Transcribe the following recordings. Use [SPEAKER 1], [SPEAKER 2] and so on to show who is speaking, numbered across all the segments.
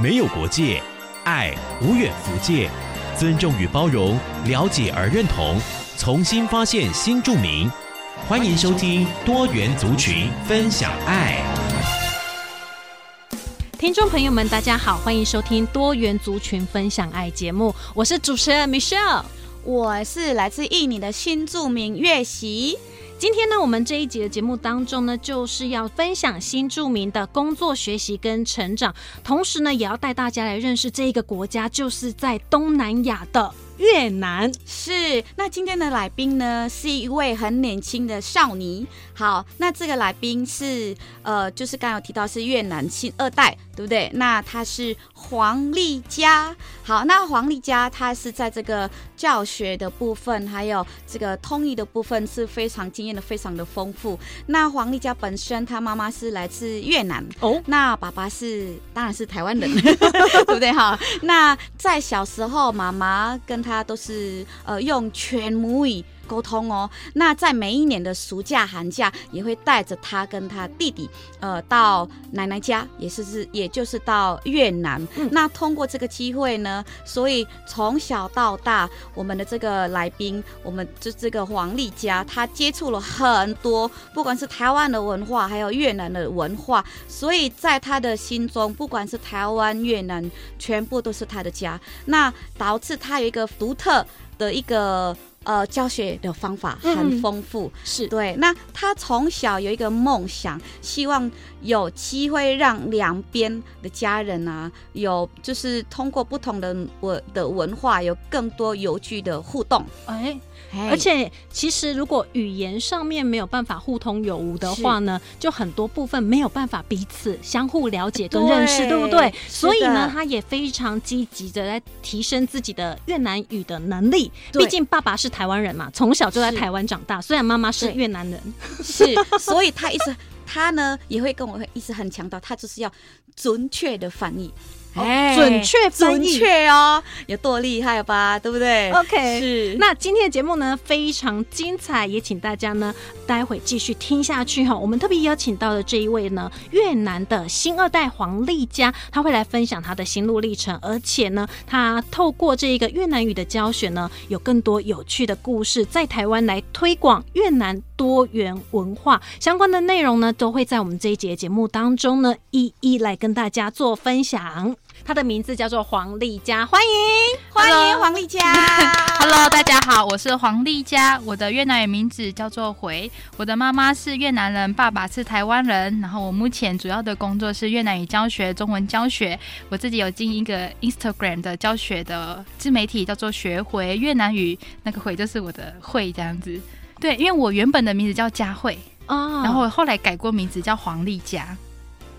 [SPEAKER 1] 没有国界，爱无远弗届，尊重与包容，了解而认同，重新发现新著名。欢迎收听多元族群分享爱。
[SPEAKER 2] 听众朋友们，大家好，欢迎收听多元族群分享爱节目，我是主持人 Michelle。
[SPEAKER 3] 我是来自印尼的新著名乐席。
[SPEAKER 2] 今天呢，我们这一集的节目当中呢，就是要分享新著名的工作、学习跟成长，同时呢，也要带大家来认识这一个国家，就是在东南亚的越南。
[SPEAKER 3] 是，那今天的来宾呢，是一位很年轻的少女。好，那这个来宾是呃，就是刚刚有提到是越南新二代，对不对？那她是黄丽佳。好，那黄丽佳她是在这个教学的部分，还有这个通译的部分是非常经验的非常的丰富。那黄丽佳本身她妈妈是来自越南，
[SPEAKER 2] 哦，
[SPEAKER 3] 那爸爸是当然是台湾人， 对不对哈？那在小时候，妈妈跟他都是呃用全母语沟通哦。那在每一年的暑假、寒假，也会带着他跟他弟弟呃到奶奶家，也是是也就是到越南。
[SPEAKER 2] 嗯
[SPEAKER 3] 那通过这个机会呢，所以从小到大，我们的这个来宾，我们就这个黄丽佳，她接触了很多，不管是台湾的文化，还有越南的文化，所以在她的心中，不管是台湾、越南，全部都是她的家。那导致她有一个独特的一个呃教学的方法，
[SPEAKER 2] 嗯
[SPEAKER 3] 很丰富。
[SPEAKER 2] 是
[SPEAKER 3] 对，那他从小有一个梦想，希望有机会让两边的家人啊，有就是通过不同的文的文化，有更多有趣的互动。
[SPEAKER 2] 哎，
[SPEAKER 3] 嘿
[SPEAKER 2] 而且其实如果语言上面没有办法互通有无的话呢，就很多部分没有办法彼此相互了解跟认识，
[SPEAKER 3] 对
[SPEAKER 2] 对不对？
[SPEAKER 3] 是
[SPEAKER 2] 所以呢
[SPEAKER 3] 的，
[SPEAKER 2] 他也非常积极的在提升自己的越南语的能力。
[SPEAKER 3] 对
[SPEAKER 2] 毕竟爸爸是台湾人嘛，从小就在
[SPEAKER 3] 是
[SPEAKER 2] 台湾长大，虽然妈妈是
[SPEAKER 3] 对
[SPEAKER 2] 越南人，
[SPEAKER 3] 是，所以他一直他呢也会跟我一直很强调，他就是要准确的翻译。
[SPEAKER 2] 哦
[SPEAKER 3] 哎
[SPEAKER 2] 准确翻
[SPEAKER 3] 准
[SPEAKER 2] 译
[SPEAKER 3] 确哦，有多厉害吧？对不对
[SPEAKER 2] OK
[SPEAKER 3] 是
[SPEAKER 2] 那今天的节目呢非常精彩，也请大家呢待会继续听下去哈。我们特别邀请到的这一位呢，越南的新二代黄丽佳，她会来分享她的心路历程，而且呢，她透过这个越南语的教学呢，有更多有趣的故事，在台湾来推广越南多元文化相关的内容呢，都会在我们这一节节目当中呢，一一来跟大家做分享。她的名字叫做黄丽佳，欢迎。
[SPEAKER 3] 欢迎
[SPEAKER 4] Hello
[SPEAKER 3] 黄丽佳。
[SPEAKER 4] Hello，大家好，我是黄丽佳，我的越南语名字叫做回，我的妈妈是越南人，爸爸是台湾人，然后我目前主要的工作是越南语教学、中文教学，我自己有经营一个 Instagram 的教学的自媒体，叫做学回越南语，那个回就是我的会这样子。对，因为我原本的名字叫佳慧，
[SPEAKER 2] 哦
[SPEAKER 4] 然后我后来改过名字叫黄丽佳。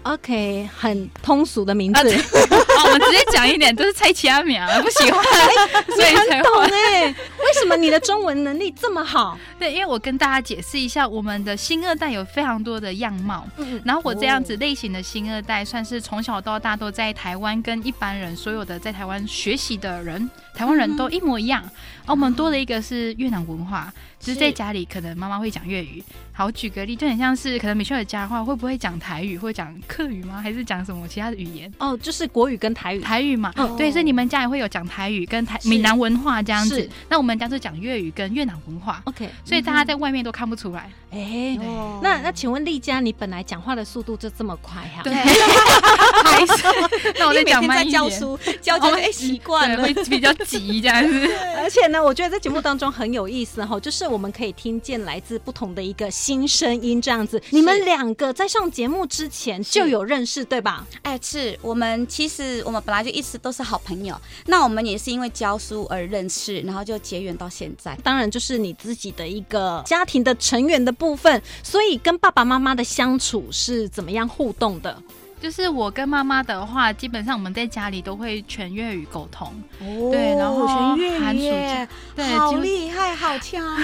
[SPEAKER 2] OK，很通俗的名字，
[SPEAKER 4] 啊对 哦，我们直接讲一点，都是猜其他名啊，不喜 欢，所以才
[SPEAKER 2] 很
[SPEAKER 4] 换
[SPEAKER 2] 懂哎、为什么你的中文能力这么好？
[SPEAKER 4] 对，因为我跟大家解释一下，我们的新二代有非常多的样貌。
[SPEAKER 2] 嗯
[SPEAKER 4] 然后我这样子类型的新二代，算是从小到大都在台湾跟一般人所有的在台湾学习的人，台湾人都一模一样。而、我们多了一个是越南文化，就是在家里可能妈妈会讲粤语。好，举个例，就很像是可能米秀的家的话，会不会讲台语，会讲客语吗？还是讲什么其他的语言？
[SPEAKER 2] 哦，就是国语跟台语，
[SPEAKER 4] 台语嘛，
[SPEAKER 3] 哦
[SPEAKER 2] 嗯
[SPEAKER 4] 对，所以你们家也会有讲台语跟台
[SPEAKER 2] 是
[SPEAKER 4] 闽南文化这样子
[SPEAKER 2] 是。
[SPEAKER 4] 那我们家就讲粤语跟越南文化。
[SPEAKER 2] OK，
[SPEAKER 4] 所以大
[SPEAKER 3] 嗯
[SPEAKER 4] 家在外面都看不出来。
[SPEAKER 2] 哎、
[SPEAKER 3] 哦
[SPEAKER 2] 那那请问丽佳，你本来讲话的速度就这么快哈、
[SPEAKER 4] 对， 还是那我
[SPEAKER 3] 因为
[SPEAKER 4] 再
[SPEAKER 3] 每
[SPEAKER 4] 讲
[SPEAKER 3] 天在
[SPEAKER 4] 慢一
[SPEAKER 3] 教
[SPEAKER 4] 点。 哦嗯
[SPEAKER 3] 书，教教哎习惯
[SPEAKER 4] 对，
[SPEAKER 3] 了
[SPEAKER 4] 会。比较急这 样子。
[SPEAKER 2] 而且呢，我觉得在节目当中很有意思哈，就是我们可以听见来自不同的一个新声音这样子。你们两个在上节目之前就有认识对吧？
[SPEAKER 3] 哎，是我们其实我们本来就一直都是好朋友，那我们也是因为教书而认识，然后就结缘到现在。
[SPEAKER 2] 当然就是你自己的一个家庭的成员的部分，所以跟爸爸妈妈的相处是怎么样互动的？
[SPEAKER 4] 就是我跟妈妈的话，基本上我们在家里都会全粤语沟通。
[SPEAKER 3] 哦
[SPEAKER 4] 对然后
[SPEAKER 3] 全
[SPEAKER 4] 寒
[SPEAKER 3] 粤语
[SPEAKER 4] 暑
[SPEAKER 3] 耶
[SPEAKER 4] 假，对，
[SPEAKER 3] 好
[SPEAKER 4] 几乎
[SPEAKER 3] 厉害，好 强，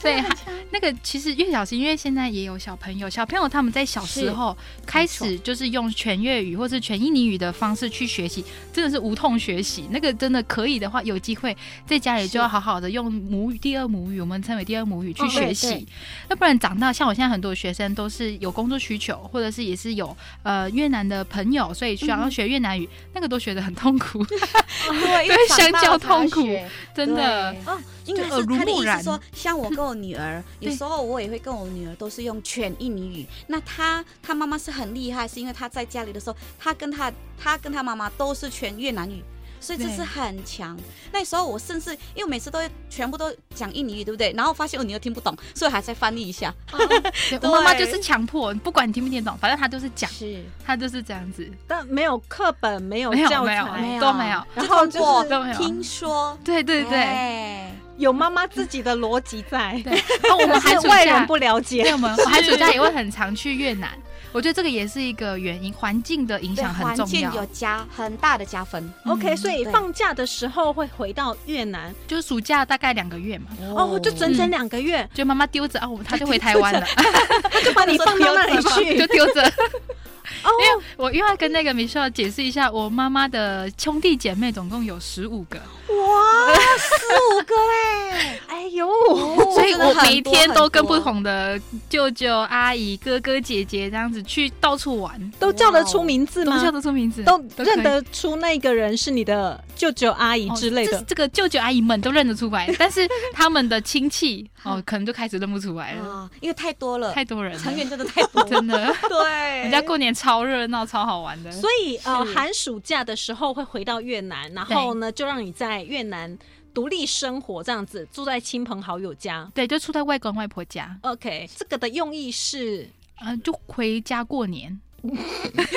[SPEAKER 4] 对，那个其实越小心，因为现在也有小朋友，小朋友他们在小时候开始就是用全粤语或是全印尼语的方式去学习，真的是无痛学习。那个真的可以的话，有机会在家里就要好好的用母语第二母语，我们称为第二母语去
[SPEAKER 2] 哦
[SPEAKER 4] 学
[SPEAKER 3] 对
[SPEAKER 4] 习。
[SPEAKER 3] 对
[SPEAKER 4] 要不然长大，像我现在很多学生都是有工作需求，或者是也是有呃，因为越南的朋友，所以需
[SPEAKER 3] 嗯
[SPEAKER 4] 要学越南语，那个都学得很痛苦，
[SPEAKER 3] 对
[SPEAKER 4] 对相较痛苦真的。
[SPEAKER 3] 哦，应该
[SPEAKER 4] 就耳
[SPEAKER 3] 是
[SPEAKER 4] 濡
[SPEAKER 3] 他的
[SPEAKER 4] 目
[SPEAKER 3] 意思
[SPEAKER 4] 染
[SPEAKER 3] 说，像我跟我女儿，
[SPEAKER 4] 对
[SPEAKER 3] 有时候我也会跟我女儿都是用全印尼语。那她她妈妈是很厉害，是因为她在家里的时候，她跟她她跟她妈妈都是全越南语。所以这
[SPEAKER 4] 对
[SPEAKER 3] 是很强。那时候我甚至因为我每次都会全部都讲印尼语，对不对？然后发现我女儿听不懂，所以还在翻译一下。
[SPEAKER 4] 对
[SPEAKER 3] 对
[SPEAKER 4] 我妈妈就是强迫，不管你听不听得懂，反正她就是讲，
[SPEAKER 3] 是，
[SPEAKER 4] 她就是这样子，
[SPEAKER 2] 但没有课本，没有
[SPEAKER 4] 没有
[SPEAKER 2] 教
[SPEAKER 4] 没有
[SPEAKER 2] 材，
[SPEAKER 4] 都没有，
[SPEAKER 2] 然后
[SPEAKER 3] 就
[SPEAKER 2] 就
[SPEAKER 3] 通过
[SPEAKER 2] 是
[SPEAKER 4] 都没有
[SPEAKER 3] 听说，
[SPEAKER 4] 对对对
[SPEAKER 3] 哎
[SPEAKER 2] 有妈妈自己的逻辑在，
[SPEAKER 4] 对。然哦后我 们寒
[SPEAKER 2] 还
[SPEAKER 4] 暑
[SPEAKER 2] 是外人
[SPEAKER 4] 假，
[SPEAKER 2] 不了
[SPEAKER 4] 对
[SPEAKER 2] 解。
[SPEAKER 4] 我们寒 暑假也会很常去越南，我觉得这个也是一个原因，环境的影
[SPEAKER 3] 对
[SPEAKER 4] 响很
[SPEAKER 3] 环
[SPEAKER 4] 重
[SPEAKER 3] 境有
[SPEAKER 4] 要。哦
[SPEAKER 3] 加很大的加分。
[SPEAKER 2] OK，所以
[SPEAKER 3] 对
[SPEAKER 2] 放假的时候会回到越南
[SPEAKER 4] 就是暑假大概两个月嘛，
[SPEAKER 2] 哦，就
[SPEAKER 4] 嗯
[SPEAKER 2] 整整两个月，
[SPEAKER 4] 就妈妈丢着啊，我她就回台湾 了，
[SPEAKER 2] 他就把你放到那里
[SPEAKER 4] 就
[SPEAKER 2] 去。
[SPEAKER 4] 丢着。
[SPEAKER 2] 哦，
[SPEAKER 4] 因为我又要跟那个 Michelle 解释一下，我妈妈的兄弟姐妹总共有十五个，
[SPEAKER 3] 哇，四五个哎，
[SPEAKER 2] 哎呦，
[SPEAKER 4] 所以我每天都跟不
[SPEAKER 3] 同。
[SPEAKER 4] 同的舅舅、阿姨、哥哥、姐姐这样子去到处玩，
[SPEAKER 2] 都叫得出名字
[SPEAKER 4] 都
[SPEAKER 2] 吗
[SPEAKER 4] 叫？得出名字，
[SPEAKER 2] 都
[SPEAKER 4] 可以
[SPEAKER 2] 认得出那个人是你的舅舅阿姨之类
[SPEAKER 4] 哦
[SPEAKER 2] 的
[SPEAKER 4] 这。这个舅舅阿姨们都认得出来，但是他们的亲 戚哦，可能就开始认不出来了，
[SPEAKER 3] 啊，因为太多
[SPEAKER 2] 嗯
[SPEAKER 3] 了，
[SPEAKER 4] 太多人
[SPEAKER 3] 成
[SPEAKER 4] 了，
[SPEAKER 3] 员真的太多了。
[SPEAKER 4] 真的，
[SPEAKER 2] 对
[SPEAKER 4] 人家过年超热闹、超好玩的，
[SPEAKER 2] 所以呃，
[SPEAKER 3] 是
[SPEAKER 2] 寒暑假的时候会回到越南，然后呢，就让你在越南独立生活，这样子住在亲朋好友家。
[SPEAKER 4] 对，就住在外公外婆家，
[SPEAKER 2] OK，这个的用意是
[SPEAKER 4] 嗯，就回家过年，
[SPEAKER 3] 应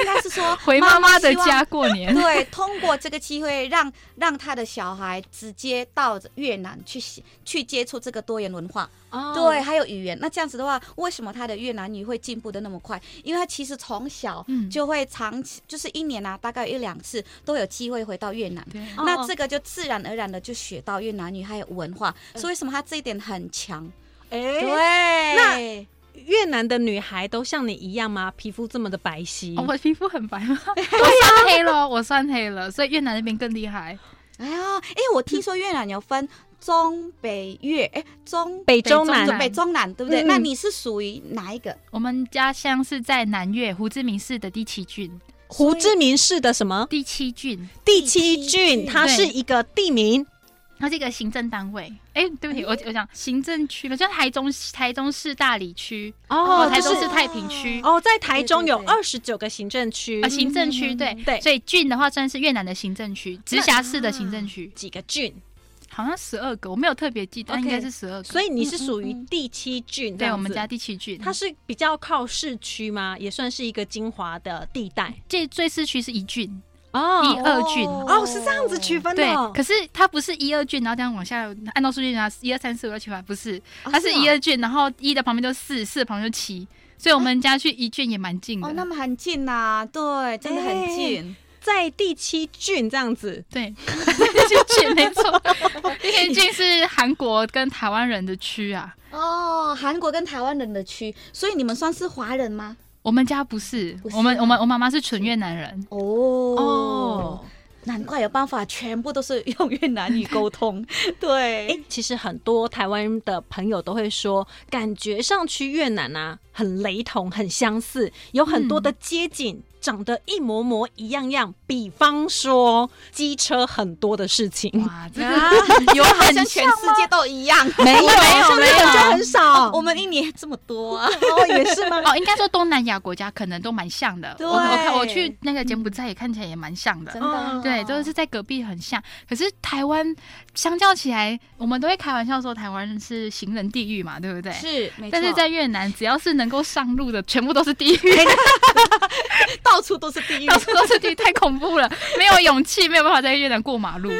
[SPEAKER 3] 该是说
[SPEAKER 4] 回妈妈的
[SPEAKER 3] 希望
[SPEAKER 4] 家。过年。
[SPEAKER 3] 对，通过这个机会让让他的小孩直接到越南去习去接触这个多元文化，
[SPEAKER 2] 哦
[SPEAKER 3] 对，还有语言。那这样子的话，为什么他的越南语会进步的那么快？因为他其实从小
[SPEAKER 4] 嗯
[SPEAKER 3] 就会长期，就是一年啊，大概有一两次都有机会回到越南。
[SPEAKER 4] 对
[SPEAKER 2] 哦
[SPEAKER 3] 那这个就自然而然的就学到越南语还有文化，
[SPEAKER 4] 嗯
[SPEAKER 3] 所以为什么他这一点很强？对，
[SPEAKER 2] 哎，越南的女孩都像你一样吗？皮肤这么的白皙
[SPEAKER 4] 哦，？我皮肤很白 吗？我算黑了，我算黑了，所以越南那边更厉害。
[SPEAKER 3] 哎呀，哎，我听说越南有分中北越，哎，中
[SPEAKER 2] 北中
[SPEAKER 4] 南
[SPEAKER 3] 北中南，对不对？
[SPEAKER 2] 嗯
[SPEAKER 3] 那你是属于哪一个？
[SPEAKER 4] 我们家乡是在南越胡志明市的第七郡，
[SPEAKER 2] 胡志明市的什么
[SPEAKER 4] 第七郡，
[SPEAKER 2] 第七郡？它
[SPEAKER 4] 对
[SPEAKER 2] 是一个地名。
[SPEAKER 4] 它是一个行政单位。哎、对不起，我我讲行政区嘛，就台中台中市大理区，
[SPEAKER 3] 哦
[SPEAKER 2] 哦，
[SPEAKER 4] 台
[SPEAKER 2] 就
[SPEAKER 4] 中
[SPEAKER 2] 是
[SPEAKER 4] 市太平区。
[SPEAKER 2] 哦，在台中有
[SPEAKER 3] 对对对
[SPEAKER 2] 二十九个行政区
[SPEAKER 4] 啊，，行政区对
[SPEAKER 2] 对
[SPEAKER 4] 所以郡的话算是越南的行政区，直辖市的行政区，
[SPEAKER 2] 几个郡？
[SPEAKER 4] 好像十二个，我没有特别记，但
[SPEAKER 2] OK
[SPEAKER 4] 应该是十二个。
[SPEAKER 2] 所以你是属于
[SPEAKER 3] 嗯嗯嗯
[SPEAKER 2] 第七郡这
[SPEAKER 4] 对
[SPEAKER 2] 样子，
[SPEAKER 4] 我们家第七郡，
[SPEAKER 2] 它是比较靠市区吗？也算是一个精华的地带
[SPEAKER 4] 最最市区是一郡，一
[SPEAKER 2] 哦。
[SPEAKER 4] 二郡
[SPEAKER 2] 哦，是这样子区分的
[SPEAKER 4] 对，
[SPEAKER 2] 哦。
[SPEAKER 4] 可是它不是一二郡，然后这样往下按照顺序啊，一二三四五六七八，不是，
[SPEAKER 3] 哦
[SPEAKER 4] 它是一
[SPEAKER 3] 哦
[SPEAKER 4] 二郡，然后一的旁边就四，四的旁边就七，所以我们家去一郡也蛮近的。哎
[SPEAKER 3] 哦，那么很近呐，对，真的很近。
[SPEAKER 2] 在第七郡这样子，
[SPEAKER 4] 对， 一郡没错，一郡是韩国跟台湾人的区啊，
[SPEAKER 3] 哦，韩国跟台湾人的区，所以你们算是华人吗？
[SPEAKER 4] 我们家不是，
[SPEAKER 3] 不是
[SPEAKER 4] 我们我们我妈妈是纯越南人。
[SPEAKER 3] 哦
[SPEAKER 2] 哦
[SPEAKER 3] 哦，难怪有办法，全部都是用越南语沟 通。
[SPEAKER 2] 哎、
[SPEAKER 3] 对，
[SPEAKER 2] 其实很多台湾的朋友都会说，感觉上去越南啊，很雷同，很相似，有很多的街景、长得一模模一样样。比方说，机车很多的事情，
[SPEAKER 4] 哇，这个
[SPEAKER 3] 啊，
[SPEAKER 4] 有
[SPEAKER 3] 好
[SPEAKER 4] 很
[SPEAKER 3] 像全世界都一样。
[SPEAKER 2] 没有，
[SPEAKER 4] 没有
[SPEAKER 2] 像日本就很少。
[SPEAKER 3] 我们一年这么多啊。
[SPEAKER 2] 哦，也是吗？
[SPEAKER 4] 哦，应该说东南亚国家可能都蛮像的。我我看我去那个柬埔寨也看起来也蛮像的。
[SPEAKER 3] 真的啊、
[SPEAKER 4] 对，都是在隔壁很像。可是台湾相较起来，我们都会开玩笑说台湾是行人地狱嘛，对不对？
[SPEAKER 3] 是，没错
[SPEAKER 4] 但是在越南，只要是能够上路的，全部都是地
[SPEAKER 3] 哎
[SPEAKER 4] 狱，
[SPEAKER 3] 到处都是地狱
[SPEAKER 4] 到。 处都是地狱，太恐怖了，没有勇气，没有办法在越南过马路。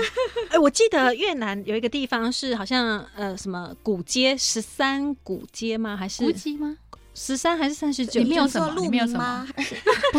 [SPEAKER 2] 哎、我记得越南有一个地方是好像呃什么古街十三古街吗？还是
[SPEAKER 4] 古迹吗？
[SPEAKER 2] 十三还是三十九？
[SPEAKER 4] 里面有
[SPEAKER 3] 你
[SPEAKER 4] 什么
[SPEAKER 3] 说
[SPEAKER 4] 里
[SPEAKER 3] 路
[SPEAKER 4] 面有
[SPEAKER 3] 名
[SPEAKER 4] 什么
[SPEAKER 3] 吗？
[SPEAKER 2] 不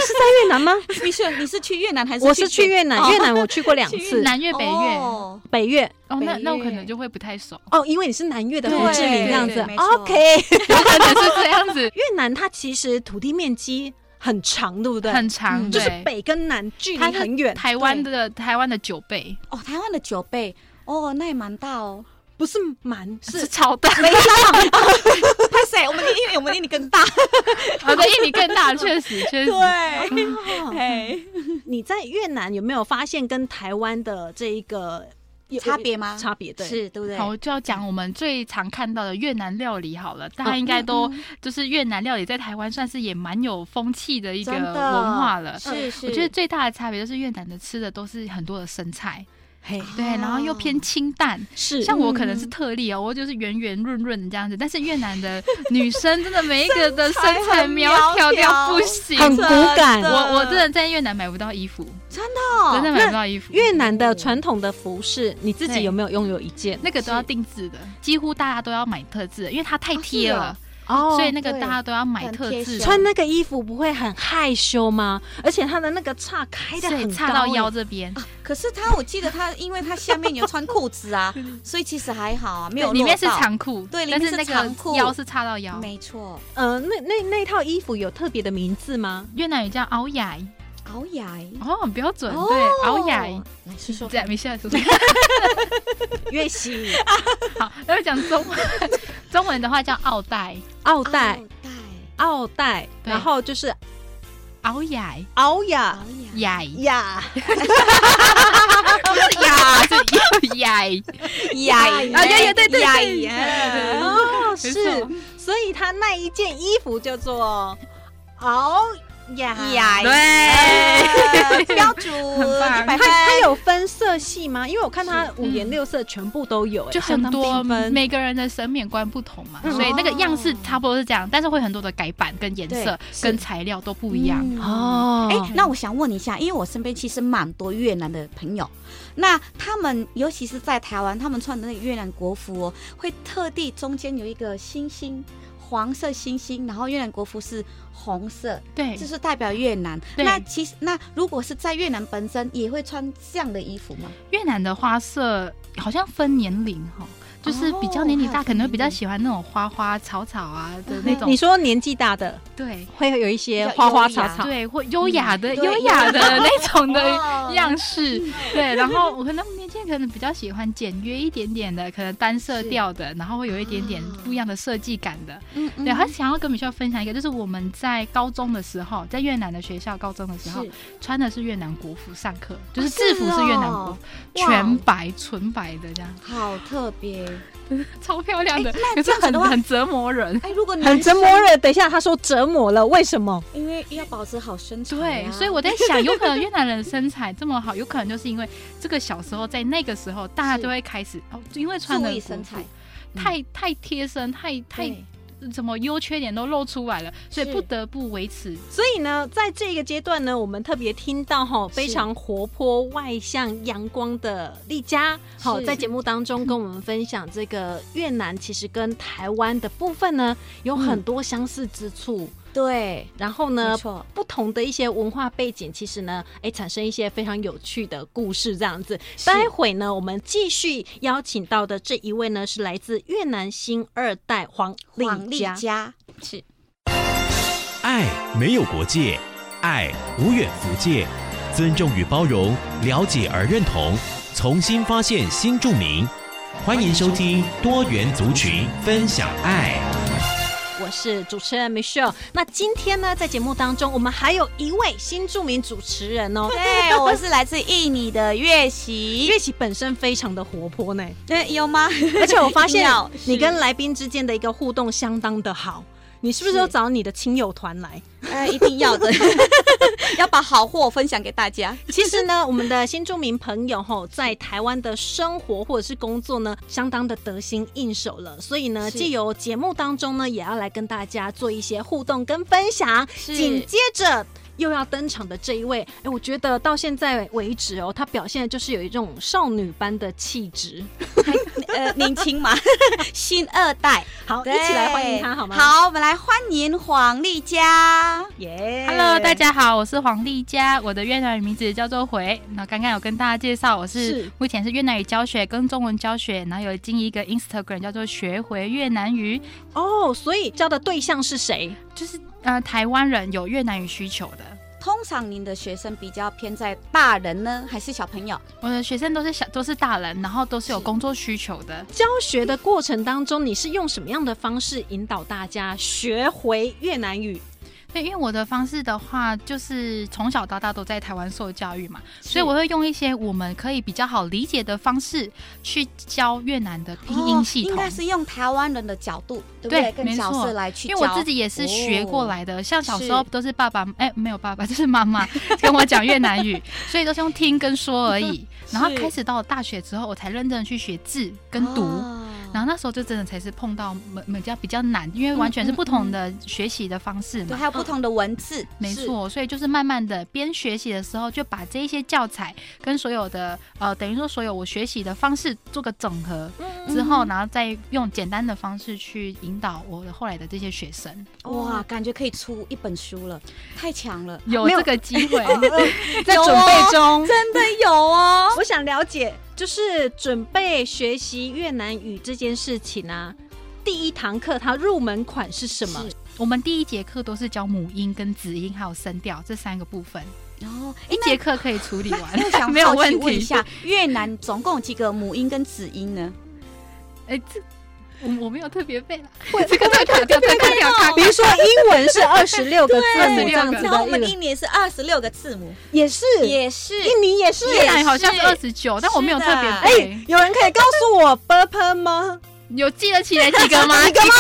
[SPEAKER 2] 是在越南吗？
[SPEAKER 3] 你是你是去越南还是？
[SPEAKER 2] 我是去越南，
[SPEAKER 3] 哦
[SPEAKER 2] 越南我 去过两
[SPEAKER 3] 去
[SPEAKER 2] 次，
[SPEAKER 4] 南越、北越。哦，
[SPEAKER 3] 哦
[SPEAKER 2] 北越。
[SPEAKER 4] 那那我
[SPEAKER 3] 北越
[SPEAKER 4] 可能就会不太熟，
[SPEAKER 2] 哦，因为你是南越的胡
[SPEAKER 3] 对
[SPEAKER 2] 志明这样子
[SPEAKER 3] 对没错
[SPEAKER 2] ，OK。
[SPEAKER 4] 有可能是这样子，
[SPEAKER 2] 越南它其实土地面积很长，对不对？
[SPEAKER 4] 很长，
[SPEAKER 3] 嗯
[SPEAKER 2] 就
[SPEAKER 4] 对
[SPEAKER 2] 是北跟南距离
[SPEAKER 4] 它是
[SPEAKER 2] 很远，
[SPEAKER 4] 台湾的台湾的九倍，
[SPEAKER 3] 哦，台湾的九倍哦，那也蛮大哦。
[SPEAKER 2] 不是蛮，
[SPEAKER 4] 是超大，
[SPEAKER 3] 拍谁？我们的因为我们的你更大，
[SPEAKER 4] 我的哦印尼更大，确实确实。
[SPEAKER 3] 对，
[SPEAKER 2] 哦
[SPEAKER 3] 哎，
[SPEAKER 2] 你在越南有没有发现跟台湾的这一个有
[SPEAKER 3] 差别吗
[SPEAKER 2] 差别对，
[SPEAKER 3] 是对不对？
[SPEAKER 4] 好，我就要讲我们最常看到的越南料理好了，大家应该都就是越南料理在台湾算是也蛮有风气的一个
[SPEAKER 3] 真的
[SPEAKER 4] 文化了。
[SPEAKER 2] 嗯
[SPEAKER 3] 是是，
[SPEAKER 4] 我觉得最大的差别就是越南的吃的都是很多的生菜，
[SPEAKER 2] 嘿
[SPEAKER 4] 对，然后又偏清淡。
[SPEAKER 2] 是
[SPEAKER 4] 像我可能是
[SPEAKER 3] 嗯
[SPEAKER 4] 特例哦，我就是圆圆润润的这样子，但是越南的女生真的每一个的身材苗条到不行，
[SPEAKER 2] 很骨感
[SPEAKER 4] 我我真的在越南买不到衣服，
[SPEAKER 3] 真的哦
[SPEAKER 4] 真的买不到衣服。
[SPEAKER 2] 越南的传统的服饰，你自己有没有拥有一件？
[SPEAKER 4] 那个都要定制的，几乎大家都要买特制的，因为它太贴了，
[SPEAKER 2] 哦
[SPEAKER 4] 所以那个
[SPEAKER 3] 对
[SPEAKER 4] 大家都要买
[SPEAKER 3] 很
[SPEAKER 4] 特
[SPEAKER 3] 贴
[SPEAKER 4] 制的，
[SPEAKER 3] 身
[SPEAKER 2] 穿那个衣服不会很害羞吗？而且它的那个叉开的
[SPEAKER 4] 所以
[SPEAKER 2] 很
[SPEAKER 4] 差
[SPEAKER 2] 高
[SPEAKER 4] 到
[SPEAKER 2] 欸
[SPEAKER 4] 腰这边，
[SPEAKER 3] 可是他，我记得他，因为他下面有穿裤子啊，所以其实还好啊，没有
[SPEAKER 4] 里面是
[SPEAKER 3] 露到，
[SPEAKER 4] 长裤，
[SPEAKER 3] 对里
[SPEAKER 4] 但
[SPEAKER 3] 面是
[SPEAKER 4] 是那个
[SPEAKER 3] 长裤
[SPEAKER 4] 腰是差到腰。
[SPEAKER 3] 没错，
[SPEAKER 2] 呃，那那那套衣服有特别的名字吗？
[SPEAKER 4] 越南语叫熬雅，
[SPEAKER 3] 熬牙耶，
[SPEAKER 4] 哦，很标准，对，熬雅。
[SPEAKER 3] 来说说
[SPEAKER 4] 这样没事，叔叔。
[SPEAKER 2] 越西
[SPEAKER 4] 好，那就讲中文。 中文的话叫奥黛，
[SPEAKER 2] 奥
[SPEAKER 3] 带
[SPEAKER 2] 黛，
[SPEAKER 3] 带
[SPEAKER 2] 奥黛，
[SPEAKER 4] 哦对
[SPEAKER 2] 然后就是
[SPEAKER 4] 熬雅
[SPEAKER 2] 敖
[SPEAKER 3] 熬
[SPEAKER 2] 雅
[SPEAKER 3] 牙，
[SPEAKER 4] 雅，
[SPEAKER 2] 呀，
[SPEAKER 4] 不是雅，是雅。
[SPEAKER 3] 牙
[SPEAKER 4] 啊对对对对
[SPEAKER 3] 牙
[SPEAKER 4] 对对
[SPEAKER 3] 牙，
[SPEAKER 2] 哦，
[SPEAKER 4] 没
[SPEAKER 2] 是
[SPEAKER 4] 错，
[SPEAKER 2] 所以他那一件衣服叫做敖雅
[SPEAKER 3] 牙
[SPEAKER 4] 对，
[SPEAKER 3] 牙标准，
[SPEAKER 4] 很棒
[SPEAKER 3] 一
[SPEAKER 2] 它
[SPEAKER 3] 百分，
[SPEAKER 2] 它有分色系吗？因为我看它五
[SPEAKER 4] 嗯
[SPEAKER 2] 颜六色全部都有、欸，
[SPEAKER 4] 就很多
[SPEAKER 2] 相当缤纷
[SPEAKER 4] 每个人的审美观不同嘛，
[SPEAKER 2] 嗯
[SPEAKER 4] 所以那个样式差不多是这样，但是会很多的改版跟颜色
[SPEAKER 3] 对是
[SPEAKER 4] 跟材料都不一样。
[SPEAKER 3] 嗯。
[SPEAKER 2] 哦。
[SPEAKER 3] 哎、那我想问一下，因为我身边其实蛮多越南的朋友，那他们尤其是在台湾，他们穿的那个越南国服哦，会特地中间有一个星星，黄色星星，然后越南国服是红色，
[SPEAKER 4] 对
[SPEAKER 3] 这，是代表越南。
[SPEAKER 4] 对
[SPEAKER 3] 那其实那如果是在越南本身，也会穿这样的衣服吗？
[SPEAKER 4] 越南的花色好像分年龄哈，就是比较年龄大，
[SPEAKER 3] 哦
[SPEAKER 4] 可能会比较
[SPEAKER 3] 还有分年龄
[SPEAKER 4] 喜欢那种花花草草啊的那种
[SPEAKER 2] 你，说年纪大的
[SPEAKER 4] 对
[SPEAKER 2] 会有一些
[SPEAKER 3] 比较
[SPEAKER 2] 花花
[SPEAKER 3] 优
[SPEAKER 2] 草
[SPEAKER 3] 雅
[SPEAKER 2] 草，
[SPEAKER 4] 对，或优雅的
[SPEAKER 3] 嗯对
[SPEAKER 4] 优雅的那种的
[SPEAKER 3] 哦
[SPEAKER 4] 样式，对。然后我可能年轻人可能比较喜欢简约一点点的，可能单色
[SPEAKER 3] 是
[SPEAKER 4] 调的，然后会有一点点不一样的设计感的。
[SPEAKER 3] 嗯
[SPEAKER 4] 对，还想要跟米秀分享一个，就是我们在高中的时候，在越南的学校高中的时候
[SPEAKER 3] 是，
[SPEAKER 4] 穿的是越南国服上课，就是
[SPEAKER 3] 啊是
[SPEAKER 4] 制服是越南国服
[SPEAKER 3] 哦，
[SPEAKER 4] 全白纯白的这样，
[SPEAKER 3] 好特别。
[SPEAKER 4] 超漂亮的
[SPEAKER 3] 哎，那
[SPEAKER 4] 可是
[SPEAKER 3] 这样子的
[SPEAKER 4] 很
[SPEAKER 3] 话
[SPEAKER 4] 很折磨人。
[SPEAKER 3] 哎、如果
[SPEAKER 2] 很
[SPEAKER 3] 男
[SPEAKER 2] 折
[SPEAKER 3] 生
[SPEAKER 2] 磨，人。等一下，他说折磨了，为什么？
[SPEAKER 3] 因为要保持好身材、啊
[SPEAKER 4] 对，所以我在想，有可能越南人身材这么好，有可能就是因为这个小时候在那个时候，大家
[SPEAKER 3] 是
[SPEAKER 4] 都会开始哦，因为穿
[SPEAKER 3] 注
[SPEAKER 4] 的
[SPEAKER 3] 意
[SPEAKER 4] 国
[SPEAKER 3] 身
[SPEAKER 4] 服
[SPEAKER 3] 材，
[SPEAKER 4] 太太贴身，太太
[SPEAKER 3] 嗯对
[SPEAKER 4] 什么优缺点都露出来了，所以
[SPEAKER 3] 是
[SPEAKER 4] 不得不维持
[SPEAKER 2] 所以呢，在这个阶段呢，我们特别听到哈
[SPEAKER 3] 是
[SPEAKER 2] 非常活泼、外向、阳光的丽佳，好
[SPEAKER 3] 是
[SPEAKER 2] 在节目当中跟我们分享这个越南其实跟台湾的部分呢有很多相似之处，
[SPEAKER 3] 对，
[SPEAKER 2] 然后呢
[SPEAKER 3] 没，错，
[SPEAKER 2] 不同的一些文化背景，其实呢，哎，产生一些非常有趣的故事这样子。待会呢，我们继续邀请到的这一位呢，是来自越南新二代黄丽
[SPEAKER 3] 黄丽
[SPEAKER 2] 佳。
[SPEAKER 3] 佳。
[SPEAKER 1] 爱没有国界，爱无远弗届。尊重与包容，了解而认同，重新发现新著名。欢迎收听多元族群分享爱。
[SPEAKER 2] 我是主持人 Michelle。那今天呢，在节目当中，我们还有一位新著名主持人 哦。
[SPEAKER 3] 对，我是来自印尼的 月喜，
[SPEAKER 2] 乐琪本身非常的活泼 呢，
[SPEAKER 3] 对，有吗？
[SPEAKER 2] 而且我发现
[SPEAKER 3] 要
[SPEAKER 2] 你跟来宾之间的一个互动相当的好。你是不是
[SPEAKER 3] 是
[SPEAKER 2] 都找你的亲友团来？
[SPEAKER 3] 呃，一定要 的，要把好货分享给大家。
[SPEAKER 2] 其实呢，我们的新著名朋友吼，在台湾的生活或者是工作呢，相当的得心应手了。所以呢，
[SPEAKER 3] 是
[SPEAKER 2] 借由节目当中呢，也要来跟大家做一些互动跟分享。
[SPEAKER 3] 是
[SPEAKER 2] 紧接着。又要登场的这一位，哎，我觉得到现在为止哦，她表现的就是有一种少女般的气 质。
[SPEAKER 3] 呃，年轻 嘛，新二代，
[SPEAKER 2] 好，
[SPEAKER 3] 对
[SPEAKER 2] 一起来欢迎她好吗？，
[SPEAKER 3] 好，我们来欢迎黄丽佳。
[SPEAKER 2] 耶
[SPEAKER 4] Hello，大家好，我是黄丽佳，我的越南语名字叫做回。那刚刚有跟大家介绍，我是
[SPEAKER 2] 是
[SPEAKER 4] 目前是越南语教学跟中文教学，然后有经营一个 Instagram 叫做学回越南语，
[SPEAKER 2] 哦所以交的对象是谁？
[SPEAKER 4] 就是呃台湾人有越南语需求的。
[SPEAKER 3] 通常您的学生比较偏在大人呢，还是小朋友？
[SPEAKER 4] 我的学生都是小都是大人，然后都是有
[SPEAKER 3] 是
[SPEAKER 4] 工作需求的。
[SPEAKER 2] 教学的过程当中，你是用什么样的方式引导大家学回越南语？
[SPEAKER 4] 对，因为我的方式的话，就是从小到大都在台湾受教育嘛，所
[SPEAKER 3] 是
[SPEAKER 4] 以我会用一些我们可以比较好理解的方式去教越南的拼音系
[SPEAKER 3] 哦应
[SPEAKER 4] 统。
[SPEAKER 3] 该是用台湾人的角度，对不
[SPEAKER 4] 对
[SPEAKER 3] 对？
[SPEAKER 4] 没
[SPEAKER 3] 跟角
[SPEAKER 4] 错
[SPEAKER 3] 色来去
[SPEAKER 4] 因
[SPEAKER 3] 教。哦
[SPEAKER 4] 为我自己也是学过来的，像小时候
[SPEAKER 3] 是
[SPEAKER 4] 都是爸爸，哎、没有爸爸，就是妈妈 跟我讲越南语，所以都是用听跟说 而已。然后
[SPEAKER 2] 是
[SPEAKER 4] 开始到了大学之后，我才认真地去学字跟读。
[SPEAKER 3] 哦
[SPEAKER 4] 然后那时候就真的才是碰到每每家比较难，因为完
[SPEAKER 3] 嗯
[SPEAKER 4] 全是不同的学习的方式
[SPEAKER 3] 对，
[SPEAKER 4] 嘛。
[SPEAKER 3] 还有不同的文字，
[SPEAKER 4] 没
[SPEAKER 3] 是。
[SPEAKER 4] 错，所以就是慢慢的边学习的时候，就把这一些教材跟所有的呃，等于说所有我学习的方式做个整合
[SPEAKER 3] 嗯
[SPEAKER 4] 之后，然后再用简单的方式去引导我的后来的这些学生，
[SPEAKER 2] 哦
[SPEAKER 3] 哇，感觉可以出一本书了，太强了！呃
[SPEAKER 4] 有
[SPEAKER 2] 没有
[SPEAKER 4] 这个机 会
[SPEAKER 3] 哦
[SPEAKER 2] 在准备中。
[SPEAKER 3] 真的有哦，
[SPEAKER 2] 我想了解，就是准备学习越南语这件事情啊，第一堂课它入门款是什么？
[SPEAKER 4] 我们第一节课都是教母音、跟子音还有声调这三个部分，
[SPEAKER 3] 哦，
[SPEAKER 4] 一节课可以处理
[SPEAKER 3] 那我
[SPEAKER 4] 完，
[SPEAKER 3] 想
[SPEAKER 4] 没有
[SPEAKER 3] 好奇
[SPEAKER 4] 问
[SPEAKER 3] 问
[SPEAKER 4] 题
[SPEAKER 3] 一。下，越南总共有几个母音跟子音呢？
[SPEAKER 4] 哎，这我我没有特别背啦，这个这个卡掉，这个卡 掉，卡
[SPEAKER 2] 啊比
[SPEAKER 4] 掉
[SPEAKER 2] 如说英文是二十六个字母
[SPEAKER 4] 26
[SPEAKER 2] 这样
[SPEAKER 4] 个
[SPEAKER 2] 子
[SPEAKER 3] 然后
[SPEAKER 2] 的
[SPEAKER 3] 我们
[SPEAKER 2] 一个，
[SPEAKER 3] 印尼是二十六个字母，
[SPEAKER 2] 也是
[SPEAKER 3] 也是
[SPEAKER 2] 印尼也是。哎
[SPEAKER 4] 越南好像是二十九，但我没有特别
[SPEAKER 3] 是的哎
[SPEAKER 4] 背。
[SPEAKER 2] 有人可以告诉我 b u r p e 吗？
[SPEAKER 4] 有记得起来几 个吗？
[SPEAKER 2] 几个吗？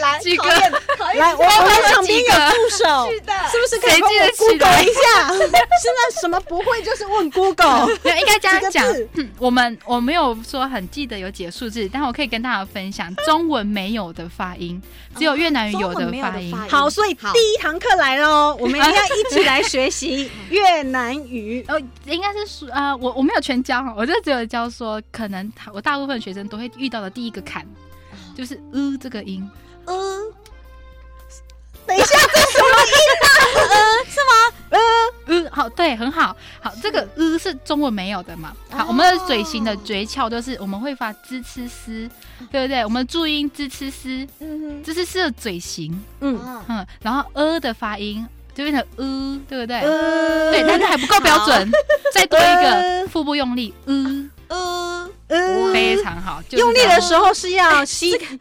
[SPEAKER 3] 来
[SPEAKER 4] 几个
[SPEAKER 3] 考验考 验
[SPEAKER 2] 来，哎我我们场边
[SPEAKER 4] 几
[SPEAKER 2] 有
[SPEAKER 4] 个
[SPEAKER 2] 助手，
[SPEAKER 3] 是 的，
[SPEAKER 2] 是不是可以帮我
[SPEAKER 4] 谁记得起
[SPEAKER 2] Google
[SPEAKER 4] 来
[SPEAKER 2] 一下？ 现在什么不会就是问 Google
[SPEAKER 4] 哦没有，应该这
[SPEAKER 2] 几个
[SPEAKER 4] 样讲
[SPEAKER 2] 字。
[SPEAKER 4] 嗯我们我没有说很记得有几个数字，但我可以跟大家分享，中文没有的发音，只有越南语有
[SPEAKER 3] 中文没有
[SPEAKER 4] 发
[SPEAKER 3] 的
[SPEAKER 4] 音。
[SPEAKER 3] 发音
[SPEAKER 2] 好，所以
[SPEAKER 3] 好
[SPEAKER 2] 第一堂课来喽，我们一定要一起来学 习越南语。
[SPEAKER 4] 呃，应该是说，呃，我我没有全教，我就只有教说，可能他我大部分学生都会遇到的第一个坎，就是呃这个音，
[SPEAKER 3] 嗯，
[SPEAKER 2] 呃等一下，这什么啊意
[SPEAKER 4] 呃，好，对，很好，好，这个呃是中文没有的嘛？好，
[SPEAKER 3] 哦
[SPEAKER 4] 我们的嘴型的诀窍就是我们会发支吃丝，对不对？我们注音支吃丝，
[SPEAKER 2] 嗯
[SPEAKER 4] 支吃丝的嘴型，
[SPEAKER 2] 嗯，
[SPEAKER 3] 嗯，
[SPEAKER 4] 嗯，然后呃的发音就变成呃，对不对？
[SPEAKER 2] 呃
[SPEAKER 4] 对，但是还不够标准，再多一个腹部用力，呃，
[SPEAKER 3] 呃，
[SPEAKER 2] 呃
[SPEAKER 4] 非常好。就是
[SPEAKER 2] 用力
[SPEAKER 4] 这样
[SPEAKER 2] 的时候是要吸，
[SPEAKER 3] 哎这个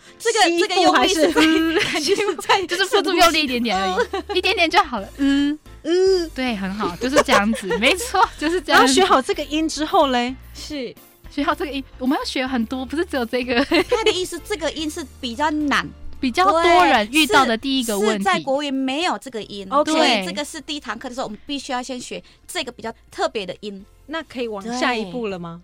[SPEAKER 2] 吸
[SPEAKER 3] 这个
[SPEAKER 2] 腹
[SPEAKER 3] 用力
[SPEAKER 2] 还是嗯
[SPEAKER 3] 是在
[SPEAKER 2] 吸在
[SPEAKER 4] 就是腹部用力一点点 而已，一点点就好了。呃，
[SPEAKER 2] 嗯，
[SPEAKER 4] 对，很好，就是这样 子，没错，就是这
[SPEAKER 2] 然
[SPEAKER 4] 样
[SPEAKER 3] 嗯
[SPEAKER 2] 后
[SPEAKER 4] 子。
[SPEAKER 2] 学好这个音之后嘞，
[SPEAKER 3] 是
[SPEAKER 4] 学好这个音，我们要学很多，不是只有这个，
[SPEAKER 3] 他的意思，这个音是比较难，
[SPEAKER 4] 比较
[SPEAKER 3] 对
[SPEAKER 4] 多人遇到的
[SPEAKER 3] 是
[SPEAKER 4] 第一个
[SPEAKER 3] 是
[SPEAKER 4] 问
[SPEAKER 3] 在
[SPEAKER 4] 题。
[SPEAKER 3] 国语没有这个音
[SPEAKER 2] OK
[SPEAKER 3] 所以这个是第一堂课的时候，我们必须要先学这个比较特别的音。
[SPEAKER 2] 那可以往下一步了吗？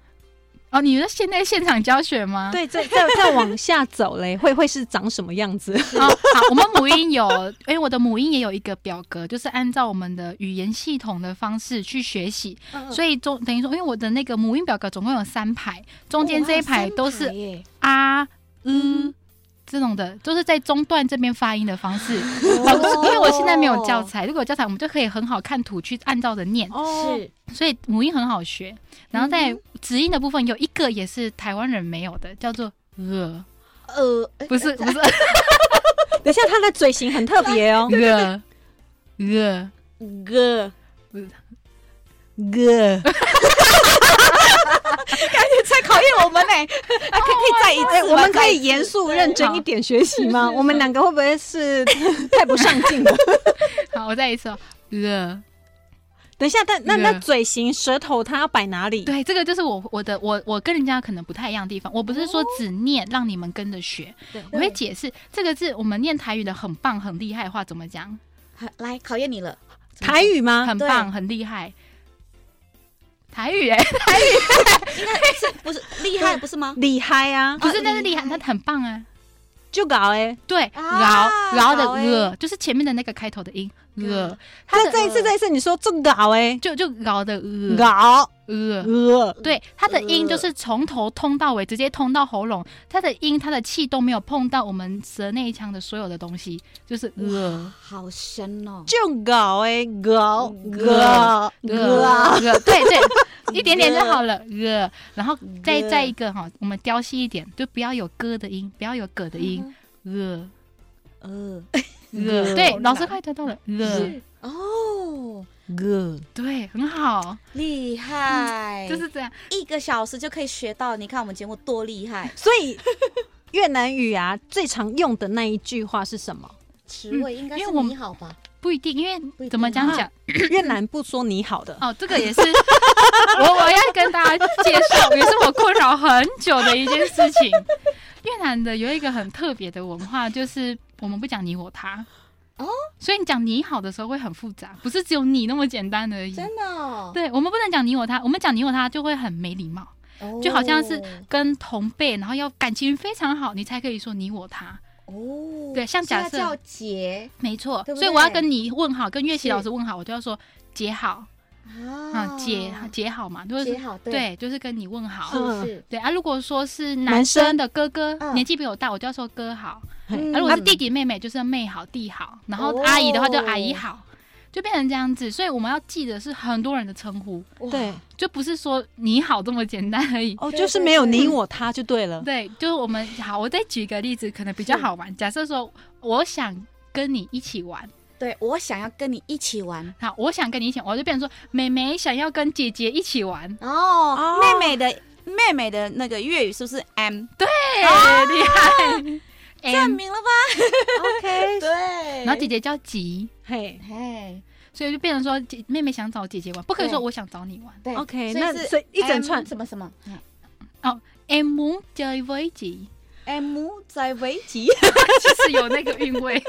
[SPEAKER 4] 哦，你是现在现场教学
[SPEAKER 3] 啊
[SPEAKER 4] 吗？。
[SPEAKER 2] 对，再再再往下走嘞，会会是长什么样 子？
[SPEAKER 4] 哦，好，我们母音有， 因为我的母音也有一个表格，就是按照我们的语言系统的方式去学习，
[SPEAKER 2] 嗯
[SPEAKER 3] 嗯
[SPEAKER 4] 所以中等于说，因为我的那个母音表格总共有三排，中间这一排都是
[SPEAKER 3] 哦耶，
[SPEAKER 4] 啊、嗯这种的，都是在中段这边发音的方式。
[SPEAKER 3] 哦
[SPEAKER 4] 老师嗯哦因为我现在没有教材，如果有教材，我们就可以很好看图去按照着念，
[SPEAKER 2] 哦，
[SPEAKER 3] 是
[SPEAKER 4] 所以母音很好学。然后在子音的部分，有一个也是台湾人没有的，叫做呃，
[SPEAKER 3] 呃，哎
[SPEAKER 4] 不是不是
[SPEAKER 2] 等一下，他的嘴型很特别哦，
[SPEAKER 3] 哎
[SPEAKER 4] 呃呃。
[SPEAKER 3] 个
[SPEAKER 2] 哥，
[SPEAKER 3] 在考验我们呢， 啊可以可以再一次
[SPEAKER 2] 哎，
[SPEAKER 3] 吗，
[SPEAKER 2] 我们可
[SPEAKER 3] 再一
[SPEAKER 2] 以
[SPEAKER 3] 次
[SPEAKER 2] 严肃认真一点学习
[SPEAKER 4] 是
[SPEAKER 2] 吗？
[SPEAKER 4] 是是
[SPEAKER 2] 我们两个会不会是太不上进了？
[SPEAKER 4] 好，我再一次哦，呃，
[SPEAKER 2] 等一下，但那那
[SPEAKER 4] 嗯
[SPEAKER 2] 嘴型、舌头它要摆哪里？
[SPEAKER 4] 对，这个就是我我的我我跟人家可能不太一样的地方。我不是说只念让你们跟着学，
[SPEAKER 3] 呃对
[SPEAKER 4] 我会解释这个字。我们念台语的很棒很厉害的话怎么讲？
[SPEAKER 3] 好来考验你了，
[SPEAKER 2] 台语吗？
[SPEAKER 4] 很
[SPEAKER 3] 啊对
[SPEAKER 4] 棒很厉害。台语哎、
[SPEAKER 3] 应该是不是厉害不是吗？
[SPEAKER 2] 厉害啊，
[SPEAKER 4] 不是，但是厉
[SPEAKER 3] 厉
[SPEAKER 4] 害，
[SPEAKER 3] 害
[SPEAKER 4] 那很棒啊。
[SPEAKER 2] 就搞哎，
[SPEAKER 4] 对，饶
[SPEAKER 3] 啊
[SPEAKER 4] 饶的
[SPEAKER 3] 饶欸嗯
[SPEAKER 4] 呃，就是前面的那个开头的音呃，它
[SPEAKER 2] 再
[SPEAKER 4] 的
[SPEAKER 2] 再一次，再一次，你说这搞哎，
[SPEAKER 4] 就就饶的呃
[SPEAKER 2] 搞
[SPEAKER 4] 呃，
[SPEAKER 2] 呃，
[SPEAKER 4] 对，它的音
[SPEAKER 3] 嗯呃
[SPEAKER 4] 就是从头通到尾，直接通到喉咙，它的音、它的气都没有碰到我们舌内腔的所有的东西，就是呃。
[SPEAKER 3] 好深哦，
[SPEAKER 2] 就搞哎，搞
[SPEAKER 4] 搞
[SPEAKER 2] 搞搞，
[SPEAKER 4] 呃，呃对 对，一点点就好了。呃，然后再再一个哈，我们雕细一点，就不要有歌的音，不要有葛的音。
[SPEAKER 3] 嗯
[SPEAKER 4] 呃
[SPEAKER 3] 呃，
[SPEAKER 4] 呃，对，老师快得到了。呃，
[SPEAKER 3] 哦，
[SPEAKER 5] 个
[SPEAKER 4] 对，很好，
[SPEAKER 3] 厉害，
[SPEAKER 4] 嗯就是这样。
[SPEAKER 3] 一个小时就可以学到。你看我们节目多厉害，
[SPEAKER 2] 所以越南语啊，最常用的那一句话是什么？
[SPEAKER 3] 词汇应该
[SPEAKER 4] 因
[SPEAKER 3] 是
[SPEAKER 4] 为我们
[SPEAKER 3] 你好吧？
[SPEAKER 4] 不一定，因
[SPEAKER 3] 不一
[SPEAKER 4] 为
[SPEAKER 3] 定
[SPEAKER 4] 怎么讲讲
[SPEAKER 2] 越南不说你好的，
[SPEAKER 4] 哦，这个也是我我要跟大家介绍，也是我困扰很久的一件事情。越南的有一个很特别的文化，就是我们不讲你我他
[SPEAKER 3] 哦，
[SPEAKER 4] 所以你讲你好的时候会很复杂，不是只有你那么简单而已。
[SPEAKER 3] 真的哦、
[SPEAKER 4] 对，我们不能讲你我他，我们讲你我他就会很没礼貌，
[SPEAKER 3] 哦
[SPEAKER 4] 就好像是跟同辈，然后要感情非常好，你才可以说你我他。
[SPEAKER 3] 哦，
[SPEAKER 4] 对像假设
[SPEAKER 3] 所以它叫杰
[SPEAKER 4] 没错，
[SPEAKER 3] 对不
[SPEAKER 4] 所以我要
[SPEAKER 3] 对
[SPEAKER 4] 跟你问好，跟乐器
[SPEAKER 3] 是
[SPEAKER 4] 老师问好，我就要说姐好啊，
[SPEAKER 3] 啊，
[SPEAKER 4] 姐姐好嘛，就是
[SPEAKER 3] 杰好，对，
[SPEAKER 4] 对，就是跟你问好。
[SPEAKER 3] 是是，
[SPEAKER 4] 对啊，如果说是
[SPEAKER 2] 男
[SPEAKER 4] 男
[SPEAKER 2] 生
[SPEAKER 4] 生的哥哥，
[SPEAKER 3] 嗯
[SPEAKER 4] 年纪比我大，我就要说哥好；
[SPEAKER 3] 嗯
[SPEAKER 4] 啊，如果是弟弟妹妹，就是妹好弟好；然后
[SPEAKER 3] 哦
[SPEAKER 4] 阿姨的话，就阿姨好，就变成这样子。所以我们要记得是很多人的称呼，
[SPEAKER 3] 哇
[SPEAKER 2] 对，
[SPEAKER 4] 就不是说你好这么简单而已。
[SPEAKER 2] 哦，
[SPEAKER 3] 对
[SPEAKER 2] 就是
[SPEAKER 3] 对
[SPEAKER 2] 没有你
[SPEAKER 3] 对
[SPEAKER 2] 我他就对了。
[SPEAKER 4] 对，就是我们好，我再举一个例子，可能比较好玩。假设说我想跟你一起玩，
[SPEAKER 3] 对，我想要跟你一起玩。
[SPEAKER 4] 好，我想跟你一起玩，我就变成说妹妹想要跟姐姐一起玩。
[SPEAKER 3] 哦
[SPEAKER 2] 哦，
[SPEAKER 3] 妹妹的妹妹的那个粤语是不是 M？
[SPEAKER 4] 对，哎厉 害。
[SPEAKER 3] 证
[SPEAKER 4] M，
[SPEAKER 3] 明了吧？
[SPEAKER 2] OK，
[SPEAKER 3] 对，
[SPEAKER 4] 然后姐姐叫吉，
[SPEAKER 2] 嘿
[SPEAKER 3] 嘿，
[SPEAKER 4] 所以就变成说姐妹妹想找姐姐玩，不可以
[SPEAKER 3] 对
[SPEAKER 4] 说我想找你玩。
[SPEAKER 3] 对
[SPEAKER 2] ，OK，
[SPEAKER 3] 所以
[SPEAKER 2] 那
[SPEAKER 3] 是
[SPEAKER 2] 所以一整串
[SPEAKER 3] M 什么什么
[SPEAKER 4] 嗯 M muốn chơi với chị，
[SPEAKER 3] M 在围 棋，
[SPEAKER 4] 其实有那个韵 味。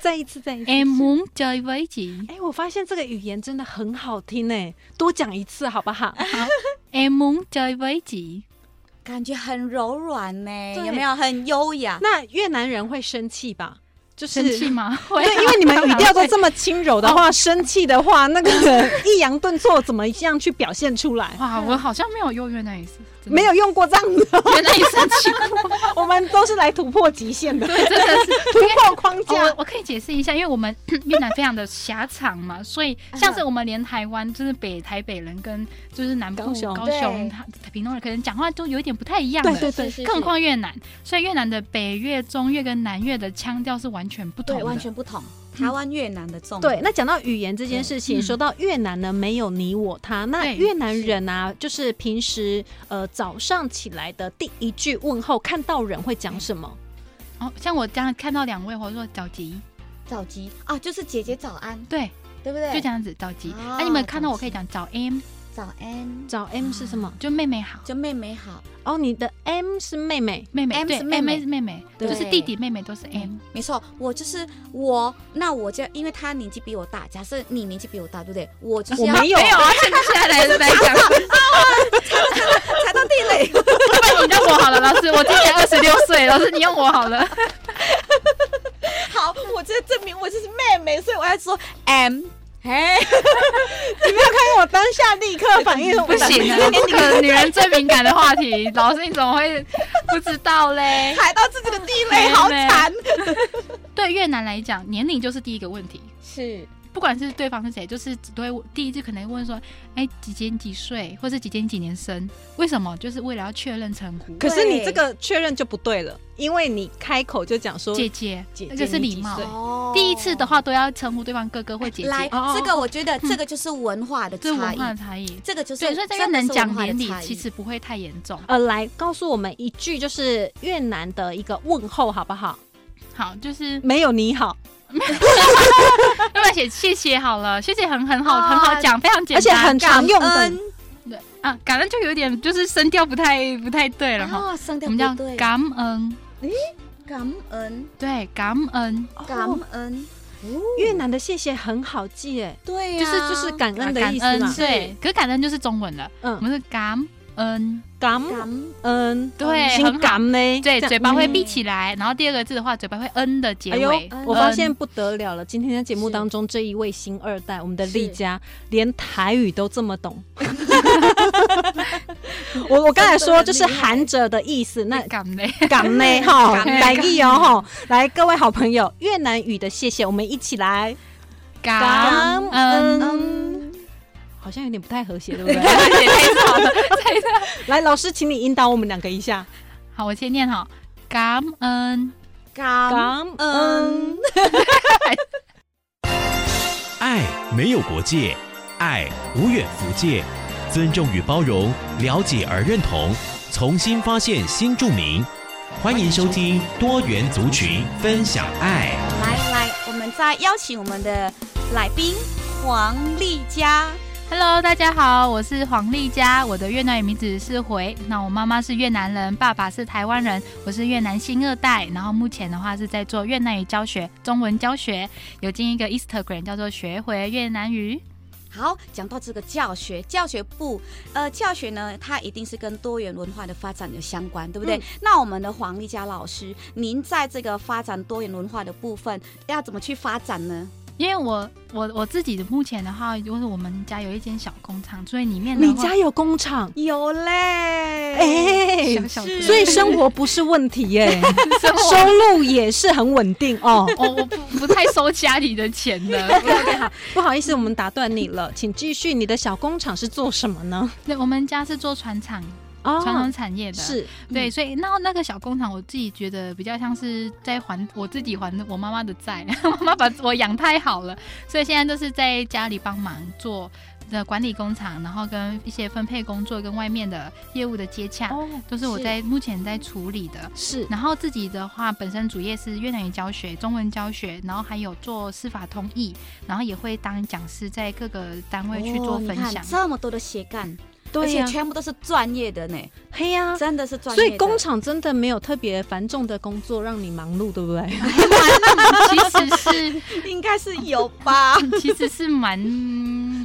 [SPEAKER 2] 再一次，再一次。
[SPEAKER 4] M muốn chơi với chị，
[SPEAKER 2] 哎、我发现这个语言真的很好听哎，多讲一次好不好？
[SPEAKER 4] Em muốn chơi với chị，
[SPEAKER 3] 感觉很柔软呢，
[SPEAKER 2] 对
[SPEAKER 3] 有没有？很优雅。
[SPEAKER 2] 那越南人会生气吧？就是
[SPEAKER 4] 生气吗？会啊
[SPEAKER 2] 对，因为你们语调都这么轻柔的话，生气的话，那个抑扬顿挫怎么样去表现出来？
[SPEAKER 4] 哇，我好像没有用越南语，真的
[SPEAKER 2] 没有用过这样的，
[SPEAKER 4] 越南语生气 过。
[SPEAKER 2] 我们都是来突破极限的，
[SPEAKER 4] 对，真的是。
[SPEAKER 2] 突破框
[SPEAKER 4] 哦、
[SPEAKER 2] 架
[SPEAKER 4] 我。我可以解释一下，因为我们 越南非常的狭 长嘛，所以像是我们连台湾就是北台北人跟就是南部
[SPEAKER 2] 高雄
[SPEAKER 4] 高
[SPEAKER 3] 对
[SPEAKER 4] 雄、他屏东人，可能讲话都有一点不太一样的。
[SPEAKER 2] 对对对，
[SPEAKER 3] 是
[SPEAKER 4] 更何况越南，所以越南的北越、中越跟南越的腔调是完全不同
[SPEAKER 3] 对，
[SPEAKER 4] 的，
[SPEAKER 3] 完全不同。台湾越南的重
[SPEAKER 2] 对，那讲到语言这件事情，
[SPEAKER 4] 嗯
[SPEAKER 2] 说到越南呢，没有你我他。那
[SPEAKER 4] 对
[SPEAKER 2] 越南人啊，就是平时呃早上起来的第一句问候，看到人会讲什么？
[SPEAKER 4] 哦，像我这样看到两位，我说早急，
[SPEAKER 3] 早集啊，就是姐姐早安，
[SPEAKER 4] 对，
[SPEAKER 3] 对不对？
[SPEAKER 4] 就这样子早急。那、
[SPEAKER 3] 哦
[SPEAKER 4] 你们看到我可以讲早 M，
[SPEAKER 3] 早安，
[SPEAKER 2] 早 M 是什么？
[SPEAKER 4] 就妹妹好，
[SPEAKER 3] 就妹妹好，
[SPEAKER 2] 哦，你的 M 是妹妹，
[SPEAKER 4] 妹妹
[SPEAKER 3] M
[SPEAKER 4] 对
[SPEAKER 3] 是妹妹
[SPEAKER 4] M 是妹妹，
[SPEAKER 3] 对
[SPEAKER 4] 就是弟弟妹妹都是 M，
[SPEAKER 3] 没错，我就是我，那我就因为她年纪比我大，假设你年纪比我大，对不对？我就是
[SPEAKER 2] 我
[SPEAKER 3] 要
[SPEAKER 2] 没有
[SPEAKER 4] 没有啊，现在来来讲，
[SPEAKER 3] 踩到地雷，
[SPEAKER 4] 不然你哎用我好了，老师，我今 年二十六岁，老师你用我好了，
[SPEAKER 3] 好，我这证明我就是妹妹，所以我要说 M，嘿，
[SPEAKER 2] 看我当下立刻反应，
[SPEAKER 4] 不行啊，这个女人最敏感的话题，老师你怎么会不知道嘞？
[SPEAKER 3] 踩到自己的地雷，好惨。
[SPEAKER 4] 对越南来讲，年龄就是第一个问题，
[SPEAKER 3] 是，
[SPEAKER 4] 不管是对方是谁，就是只都会第一句可能会问说，哎，几几年几岁，或是几年几年生？为什么？就是为了要确认称呼。
[SPEAKER 2] 可是你这个确认就不对了，因为你开口就讲说
[SPEAKER 4] 姐姐，
[SPEAKER 2] 姐姐
[SPEAKER 4] 那个是礼貌
[SPEAKER 2] 你几。岁
[SPEAKER 3] 哦
[SPEAKER 4] 第一次的话都要称呼对方哥哥或姐姐，
[SPEAKER 3] 来
[SPEAKER 2] 哦哦，
[SPEAKER 3] 这个我觉得这个就是文化的
[SPEAKER 4] 这是
[SPEAKER 3] 差
[SPEAKER 4] 文化的
[SPEAKER 3] 异，
[SPEAKER 4] 差异。
[SPEAKER 3] 这个就是
[SPEAKER 4] 对，哦所以这个
[SPEAKER 3] 真的
[SPEAKER 4] 能
[SPEAKER 3] 是
[SPEAKER 4] 讲
[SPEAKER 3] 文化的
[SPEAKER 4] 年底
[SPEAKER 3] 差异
[SPEAKER 4] 其实不会太严重。
[SPEAKER 2] 呃，来告诉我们一句，就是越南的一个问候，好不好？
[SPEAKER 4] 好，就是
[SPEAKER 2] 没有你好，
[SPEAKER 4] 要不要写谢谢好了？谢谢很很好，
[SPEAKER 3] 啊
[SPEAKER 4] 很好讲，非常
[SPEAKER 2] 哦而
[SPEAKER 4] 简单，
[SPEAKER 2] 且很常用
[SPEAKER 3] 感
[SPEAKER 2] 的
[SPEAKER 3] 恩。
[SPEAKER 4] 对啊，感恩就有点就是声调不太不太对了
[SPEAKER 2] 哦
[SPEAKER 4] 哈。
[SPEAKER 3] 啊，声
[SPEAKER 4] 我
[SPEAKER 3] 调
[SPEAKER 4] 们叫
[SPEAKER 3] 不对，
[SPEAKER 4] 感恩，
[SPEAKER 3] 感恩
[SPEAKER 4] 对，感恩
[SPEAKER 2] 哦
[SPEAKER 3] 感恩，哦
[SPEAKER 2] 越南的谢谢很好记，哎，
[SPEAKER 3] 对啊呀，
[SPEAKER 2] 就是就是感恩的
[SPEAKER 4] 感
[SPEAKER 2] 意思
[SPEAKER 4] 恩
[SPEAKER 2] 嘛。
[SPEAKER 4] 对，可是感恩就是中文了，我
[SPEAKER 2] 嗯，
[SPEAKER 4] 们是感恩，
[SPEAKER 2] 感
[SPEAKER 3] 感
[SPEAKER 2] 恩，
[SPEAKER 4] 对很
[SPEAKER 2] 嗯心
[SPEAKER 4] 好
[SPEAKER 2] 感呢，这
[SPEAKER 4] 对，
[SPEAKER 2] 样
[SPEAKER 4] 嘴巴会
[SPEAKER 2] 嗯
[SPEAKER 4] 闭起来，然后第二个字的话，嘴巴会恩的结
[SPEAKER 2] 哎呦
[SPEAKER 4] 尾。，嗯
[SPEAKER 2] 我发现
[SPEAKER 4] 恩
[SPEAKER 2] 不得了了！今天的节目
[SPEAKER 3] 是
[SPEAKER 2] 当中，这一位新二代，我们的
[SPEAKER 3] 是
[SPEAKER 2] 丽佳，连台语都这么懂。 我我刚才说就是含着的意思，那
[SPEAKER 4] 被感 嘞，
[SPEAKER 2] 港呢哈，
[SPEAKER 4] 港
[SPEAKER 2] 来意哦哈，来各位好朋友，越南语的谢谢，我们一起来
[SPEAKER 4] 感恩。
[SPEAKER 2] 恩，好像有点不太和谐，对不
[SPEAKER 4] 对
[SPEAKER 2] 对？
[SPEAKER 4] 也太吵了太吵了
[SPEAKER 2] 来，老师，请你引导我们两个一下，
[SPEAKER 4] 好，我先念哈，感恩。
[SPEAKER 3] 感
[SPEAKER 2] 感恩。
[SPEAKER 1] 爱没有国界，爱无远弗届，尊重与包容，了解而认同，重新发现新著名。欢迎收听多元族群分享爱。
[SPEAKER 3] 来来，我们再邀请我们的来宾黄丽佳。
[SPEAKER 4] Hello，大家好，我是黄丽佳，我的越南语名字是回。那我妈妈是越南人，爸爸是台湾人，我是越南新二代。然后目前的话是在做越南语教学、中文教学，有进一个 Instagram 叫做“学回越南语
[SPEAKER 3] 好，讲到这个教学，教学部，呃，教学呢，它一定是跟多元文化的发展有相关，对不对？
[SPEAKER 2] 嗯
[SPEAKER 3] 那我们的黄丽佳老师，您在这个发展多元文化的部分，要怎么去发展呢？”。
[SPEAKER 4] 因为我我我自己的目前的话，就是我们家有一间小工厂，所以里面的
[SPEAKER 2] 你
[SPEAKER 4] 话
[SPEAKER 2] 家有工厂，
[SPEAKER 3] 有嘞，
[SPEAKER 2] 哎、
[SPEAKER 4] 小小的，
[SPEAKER 3] 是
[SPEAKER 2] 所以生活不是问题耶、
[SPEAKER 4] 生活
[SPEAKER 2] 收入也是很稳定哦。
[SPEAKER 4] 我我不不太收家里的钱 的。
[SPEAKER 2] OK OK 好，不好意思，我们打断你了，请继续。你的小工厂是做什么呢？
[SPEAKER 4] 对，我们家是做船厂、
[SPEAKER 2] 哦
[SPEAKER 4] 传统产业的，
[SPEAKER 2] 是嗯
[SPEAKER 3] 嗯
[SPEAKER 4] 对，所以那那个小工厂，我自己觉得比较像是在还我自己还我妈妈的债， 妈妈把我养太好了，所以现在都是在家里帮忙做的管理工厂，然后跟一些分配工作跟外面的业务的接洽，
[SPEAKER 2] 哦，
[SPEAKER 4] 都是我
[SPEAKER 3] 是
[SPEAKER 4] 在目前在处理的。
[SPEAKER 2] 是
[SPEAKER 4] 然后自己的话，本身主业是越南语教学、中文教学，然后还有做司法通译，然后也会当讲师，在各个单位去做
[SPEAKER 3] 哦你
[SPEAKER 4] 分
[SPEAKER 3] 看
[SPEAKER 4] 享。嗯
[SPEAKER 3] 这么多的斜杠，而
[SPEAKER 2] 对
[SPEAKER 3] 且
[SPEAKER 2] 呀、
[SPEAKER 3] 全部都是专业的呢，
[SPEAKER 2] 嘿呀、
[SPEAKER 3] 真的是专业
[SPEAKER 2] 所
[SPEAKER 3] 的。
[SPEAKER 2] 以工厂真的没有特别繁重的工作让你忙碌，对 不对？
[SPEAKER 4] 其实是
[SPEAKER 3] 应该是有吧？
[SPEAKER 4] 其实是蛮……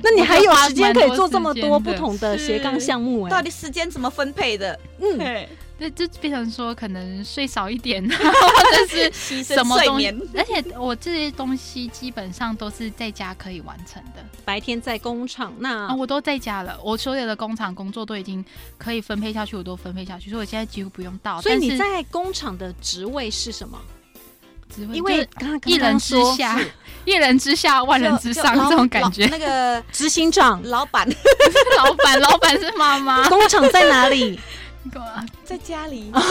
[SPEAKER 2] 那你还有时间可以做这么
[SPEAKER 4] 蛮
[SPEAKER 2] 多
[SPEAKER 4] 时
[SPEAKER 2] 不
[SPEAKER 4] 间的
[SPEAKER 2] 同的斜杠项目
[SPEAKER 3] 到
[SPEAKER 2] 哎、
[SPEAKER 3] 底时间怎么分配的？
[SPEAKER 2] 嗯，
[SPEAKER 3] 对，
[SPEAKER 4] 对，就变成说可能睡少 一点， 或者是
[SPEAKER 3] 牺
[SPEAKER 4] 什
[SPEAKER 3] 牲
[SPEAKER 4] 么
[SPEAKER 3] 睡
[SPEAKER 4] 东西
[SPEAKER 3] 眠。。
[SPEAKER 4] 而且我这些东西基本上都是在家可以完成的
[SPEAKER 2] 白天在工厂，那、
[SPEAKER 4] 啊，我都在家了。我所有的工厂工作都已经可以分配下去，我都分配下去，所以我现在几乎不用到。
[SPEAKER 2] 所以
[SPEAKER 4] 但
[SPEAKER 2] 你
[SPEAKER 4] 是
[SPEAKER 2] 在工厂的职位是什么？
[SPEAKER 4] 只会
[SPEAKER 2] 因
[SPEAKER 4] 就
[SPEAKER 2] 为
[SPEAKER 4] 是
[SPEAKER 2] 刚刚
[SPEAKER 4] 一人之
[SPEAKER 2] 说
[SPEAKER 4] 下
[SPEAKER 2] 是，
[SPEAKER 4] 一人之下万人
[SPEAKER 3] 就
[SPEAKER 4] 之
[SPEAKER 3] 就
[SPEAKER 4] 上
[SPEAKER 3] 老
[SPEAKER 4] 这种感觉
[SPEAKER 3] 老。那个
[SPEAKER 2] 执行 长，
[SPEAKER 3] 老 板
[SPEAKER 4] 老板，老板是妈 妈，
[SPEAKER 2] 工厂在哪里？
[SPEAKER 3] 在家 里。
[SPEAKER 4] 啊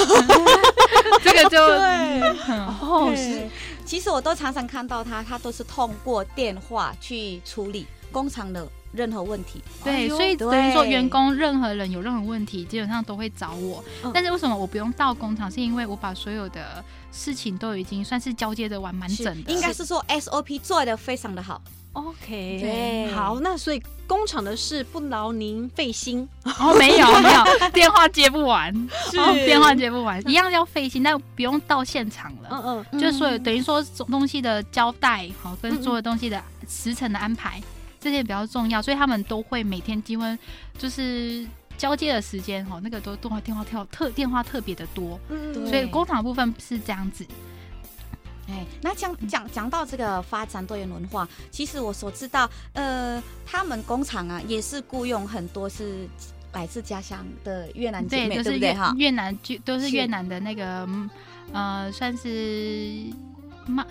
[SPEAKER 4] 这 个就
[SPEAKER 3] 对，
[SPEAKER 4] 嗯
[SPEAKER 2] 哦，是
[SPEAKER 3] 对其实我都常常看到他，他都是通过电话去处理工厂的任何问题。
[SPEAKER 4] 对，
[SPEAKER 2] 哎呦
[SPEAKER 4] 所以等于说
[SPEAKER 3] 对
[SPEAKER 4] 员工任何人有任何问题，基本上都会找我。
[SPEAKER 2] 嗯
[SPEAKER 4] 但是为什么我不用到工厂？是因为我把所有的事情都已经算是交接的完蛮整的，
[SPEAKER 3] 应该是说 SOP 做的非常的好。
[SPEAKER 2] OK，
[SPEAKER 3] 对
[SPEAKER 2] 好，那所以工厂的事不劳您费心，
[SPEAKER 4] 哦，没有没有，电话接不完，哦，
[SPEAKER 3] 是
[SPEAKER 4] 电话接不完，一样要费心，但不用到现场了。
[SPEAKER 2] 嗯嗯，
[SPEAKER 4] 就是所有等于说东西的交代，好跟
[SPEAKER 2] 嗯
[SPEAKER 4] 所有东西的时程的安排，这些比较重要，所以他们都会每天几乎就是交接的时间，哈，那个都电话电话跳特电话特别的多，
[SPEAKER 2] 嗯
[SPEAKER 3] 对
[SPEAKER 4] 所以工厂部分是这样子。
[SPEAKER 3] 哎，那讲讲讲到这个发展多元文化，其实我所知道，呃，他们工厂啊也是雇佣很多是来自家乡的越南姐
[SPEAKER 4] 对，
[SPEAKER 3] 妹，
[SPEAKER 4] 就
[SPEAKER 3] 对
[SPEAKER 4] 是
[SPEAKER 3] 不对
[SPEAKER 4] 越
[SPEAKER 3] 哈？
[SPEAKER 4] 越南就都是
[SPEAKER 3] 是
[SPEAKER 4] 越南的那个嗯呃，算是妈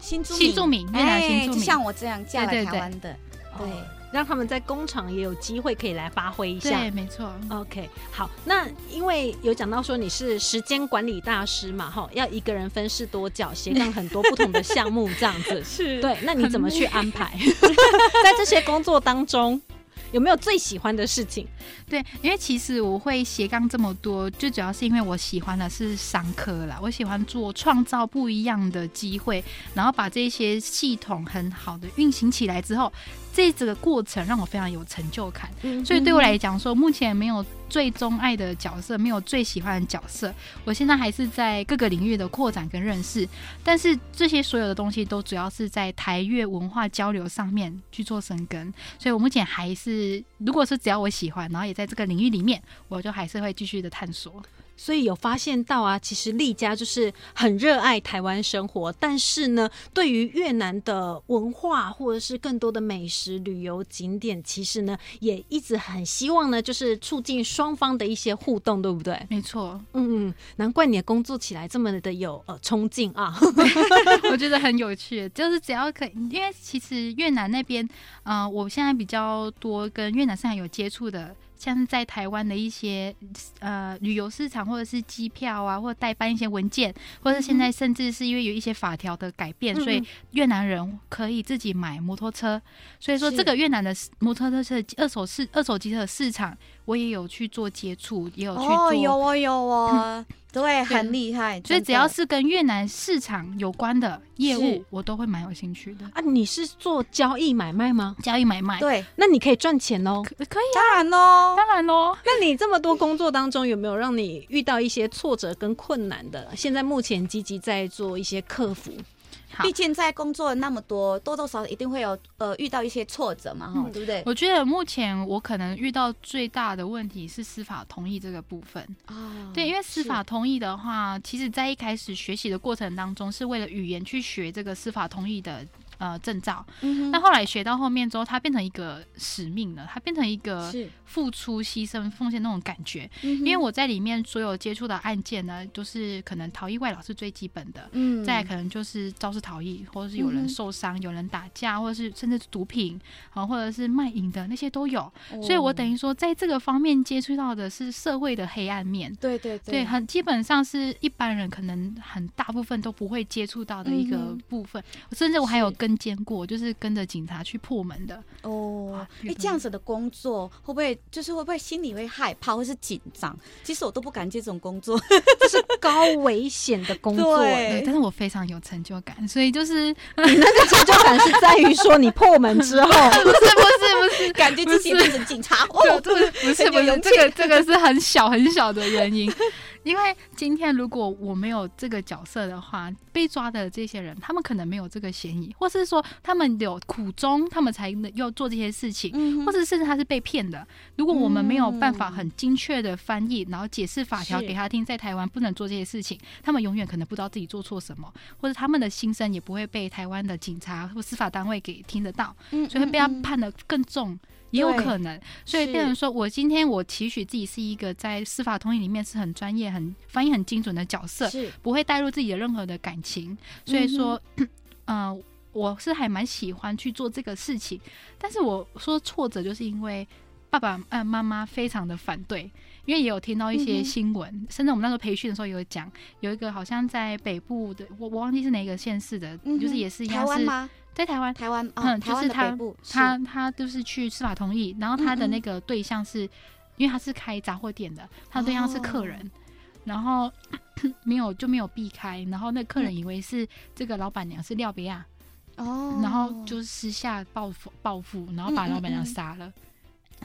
[SPEAKER 3] 新住
[SPEAKER 4] 嗯
[SPEAKER 3] 哎
[SPEAKER 4] 新住民，越南新住
[SPEAKER 3] 就
[SPEAKER 4] 民，
[SPEAKER 3] 像我这样嫁来
[SPEAKER 4] 对对
[SPEAKER 3] 台
[SPEAKER 4] 对
[SPEAKER 3] 湾的，对。
[SPEAKER 2] 哦让他们在工厂也有机会可以来发挥一下
[SPEAKER 4] 对，。没错。
[SPEAKER 2] OK，好，那因为有讲到说你是时间管理大师嘛，哈，要一个人分饰多角，斜杠很多不同的项目，这样子
[SPEAKER 3] 是
[SPEAKER 2] 对，那你怎么去安排？ 在这些工作当中，有没有最喜欢的事情？
[SPEAKER 4] 对，因为其实我会斜杠这么多，最主要是因为我喜欢的是商科啦，我喜欢做创造不一样的机会，然后把这些系统很好的运行起来之后，这这个过程让我非常有成就感。
[SPEAKER 3] 嗯
[SPEAKER 4] 所以对我来讲说，目前没有最钟爱的角色，没有最喜欢的角色，我现在还是在各个领域的扩展跟认识，但是这些所有的东西都主要是在台越文化交流上面去做生根，所以我目前还是，如果是只要我喜欢，然后也在这个领域里面，我就还是会继续的探索。
[SPEAKER 2] 所以有发现到啊，其实丽佳就是很热爱台湾生活，但是呢，对于越南的文化或者是更多的美食、旅游景点，其实呢也一直很希望呢，就是促进双方的一些互动，对不对？
[SPEAKER 4] 没错，
[SPEAKER 2] 嗯嗯，难怪你的工作起来这么的有呃冲劲啊。
[SPEAKER 4] 我觉得很有趣，就是只要可以，因为其实越南那边，呃，我现在比较多跟越南上海有接触的像是在台湾的一些呃旅游市场，或者是机票啊，或者代办一些文件，或者现在甚至是因为有一些法条的改变，
[SPEAKER 2] 嗯嗯
[SPEAKER 4] 所以越南人可以自己买摩托车。所以说，
[SPEAKER 3] 是
[SPEAKER 4] 这个越南的摩托车的二手市二手机车的市场，我也有去做接触，也有去做。
[SPEAKER 3] 哦，有哦有 哦，对，很厉害。
[SPEAKER 4] 所以
[SPEAKER 3] 真的
[SPEAKER 4] 只要是跟越南市场有关的业务
[SPEAKER 2] 是，
[SPEAKER 4] 我都会蛮有兴趣的。
[SPEAKER 2] 啊，你是做交易买卖吗？
[SPEAKER 4] 交易买卖，
[SPEAKER 3] 对，
[SPEAKER 2] 那你可以赚钱哦。
[SPEAKER 4] 可可以啊，
[SPEAKER 3] 当然喽，
[SPEAKER 4] 当然喽。
[SPEAKER 2] 那你这么多工作当中，有没有让你遇到一些挫折跟困难的？现在目前积极在做一些克服，
[SPEAKER 4] 好
[SPEAKER 3] 毕竟在工作那么多，多多少少一定会有呃遇到一些挫折嘛，哈、
[SPEAKER 2] 嗯
[SPEAKER 3] 对不对？
[SPEAKER 4] 我觉得目前我可能遇到最大的问题是司法同意这个部分。
[SPEAKER 3] 啊
[SPEAKER 4] 对，因为司
[SPEAKER 3] 是
[SPEAKER 4] 法同意的话，其实在一开始学习的过程当中，是为了语言去学这个司法同意的呃证照。
[SPEAKER 3] 嗯
[SPEAKER 4] 那
[SPEAKER 3] 哼
[SPEAKER 4] 后来学到后面之后，它变成一个使命了，它变成一个
[SPEAKER 3] 是，嗯
[SPEAKER 4] 付出、牺牲、奉献那种感觉。
[SPEAKER 3] 因
[SPEAKER 4] 因为我在里面所有接触的案件呢，就是可能逃逸外劳是最基本的，
[SPEAKER 3] 嗯
[SPEAKER 4] 再来可能就是肇事逃逸，或者是有
[SPEAKER 3] 嗯
[SPEAKER 4] 人
[SPEAKER 3] 哼
[SPEAKER 4] 受伤、有人打架，或者是甚至是毒品啊，或者是卖淫的那些都有。
[SPEAKER 3] 哦
[SPEAKER 4] 所以我等于说，在这个方面接触到的是社会的黑暗面。
[SPEAKER 3] 对对
[SPEAKER 4] 对，很基本上是一般人可能很大部分都不会接触到的一
[SPEAKER 3] 嗯
[SPEAKER 4] 个
[SPEAKER 3] 哼
[SPEAKER 4] 部分，甚至我还有
[SPEAKER 3] 是
[SPEAKER 4] 跟监过，就是跟着警察去破门的。
[SPEAKER 3] 哦
[SPEAKER 4] 啊，
[SPEAKER 3] 哎、
[SPEAKER 4] 越南
[SPEAKER 3] 这样子的工作会不会就是会不会心里会害怕或是紧张？其实我都不敢接这种工 作，
[SPEAKER 2] 这是高危险的工作。
[SPEAKER 3] 对
[SPEAKER 4] 对，但是我非常有成就感，所以 就是
[SPEAKER 2] 你那个成就感是在于说你破门之后，
[SPEAKER 4] 不是不是不是，
[SPEAKER 3] 感觉自己
[SPEAKER 4] 不是
[SPEAKER 3] 变成警察 哦。
[SPEAKER 4] 不是
[SPEAKER 3] 很
[SPEAKER 4] 不
[SPEAKER 3] 有
[SPEAKER 4] 是，
[SPEAKER 3] 勇
[SPEAKER 4] 这个
[SPEAKER 3] 气
[SPEAKER 4] 这个是很小很小的原因，因为今天如果我没有这个角色的话，被抓的这些人，他们可能没有这个嫌疑，或是说他们有苦衷，他们才能要做这些事情。
[SPEAKER 3] 嗯哼
[SPEAKER 4] 或者甚至他是被骗的。如果我们没有办法
[SPEAKER 3] 嗯
[SPEAKER 4] 很精确的翻译，然后解释法条
[SPEAKER 2] 是
[SPEAKER 4] 给他听，在台湾不能做这些事情，他们永远可能不知道自己做错什么，或者他们的心声也不会被台湾的警察或司法单位给听得到，
[SPEAKER 3] 嗯
[SPEAKER 4] 所以会被他
[SPEAKER 3] 嗯嗯
[SPEAKER 4] 判的更重。也有可能，所以变成说，我今天我期许自己是一个在司法通译里面是很专业、很翻译很精准的角色，
[SPEAKER 3] 是
[SPEAKER 4] 不会带入自己的任何的感情，所以说，嗯、 呃，我是还蛮喜欢去做这个事情。但是我说挫折，就是因为爸爸呃妈妈非常的反对，因为也有听到一
[SPEAKER 3] 嗯
[SPEAKER 4] 些
[SPEAKER 3] 哼
[SPEAKER 4] 新闻，甚至我们那时候培训的时候有讲，有一个好像在北部的，我我忘记是哪个县市的，
[SPEAKER 3] 嗯哼
[SPEAKER 4] 就是也是一
[SPEAKER 3] 台
[SPEAKER 4] 样
[SPEAKER 3] 湾
[SPEAKER 4] 是
[SPEAKER 3] 吗？
[SPEAKER 4] 在台湾，
[SPEAKER 3] 台湾啊、
[SPEAKER 4] 嗯
[SPEAKER 3] 台
[SPEAKER 4] 就
[SPEAKER 3] 湾
[SPEAKER 4] 是
[SPEAKER 3] 的
[SPEAKER 4] 他
[SPEAKER 3] 北部，是
[SPEAKER 4] 他他就是去司法同意，然后他
[SPEAKER 3] 嗯
[SPEAKER 4] 的
[SPEAKER 3] 嗯
[SPEAKER 4] 那个对象是，因为他是开杂货店的，他的对象是客人，
[SPEAKER 3] 哦
[SPEAKER 4] 然后 没有就没有避开，然后那
[SPEAKER 3] 嗯
[SPEAKER 4] 客人以为是这个老板娘是廖比亚，
[SPEAKER 3] 哦，
[SPEAKER 4] 然后就是私下报复报复，然后把
[SPEAKER 3] 嗯嗯
[SPEAKER 4] 老板娘
[SPEAKER 3] 嗯
[SPEAKER 4] 杀了，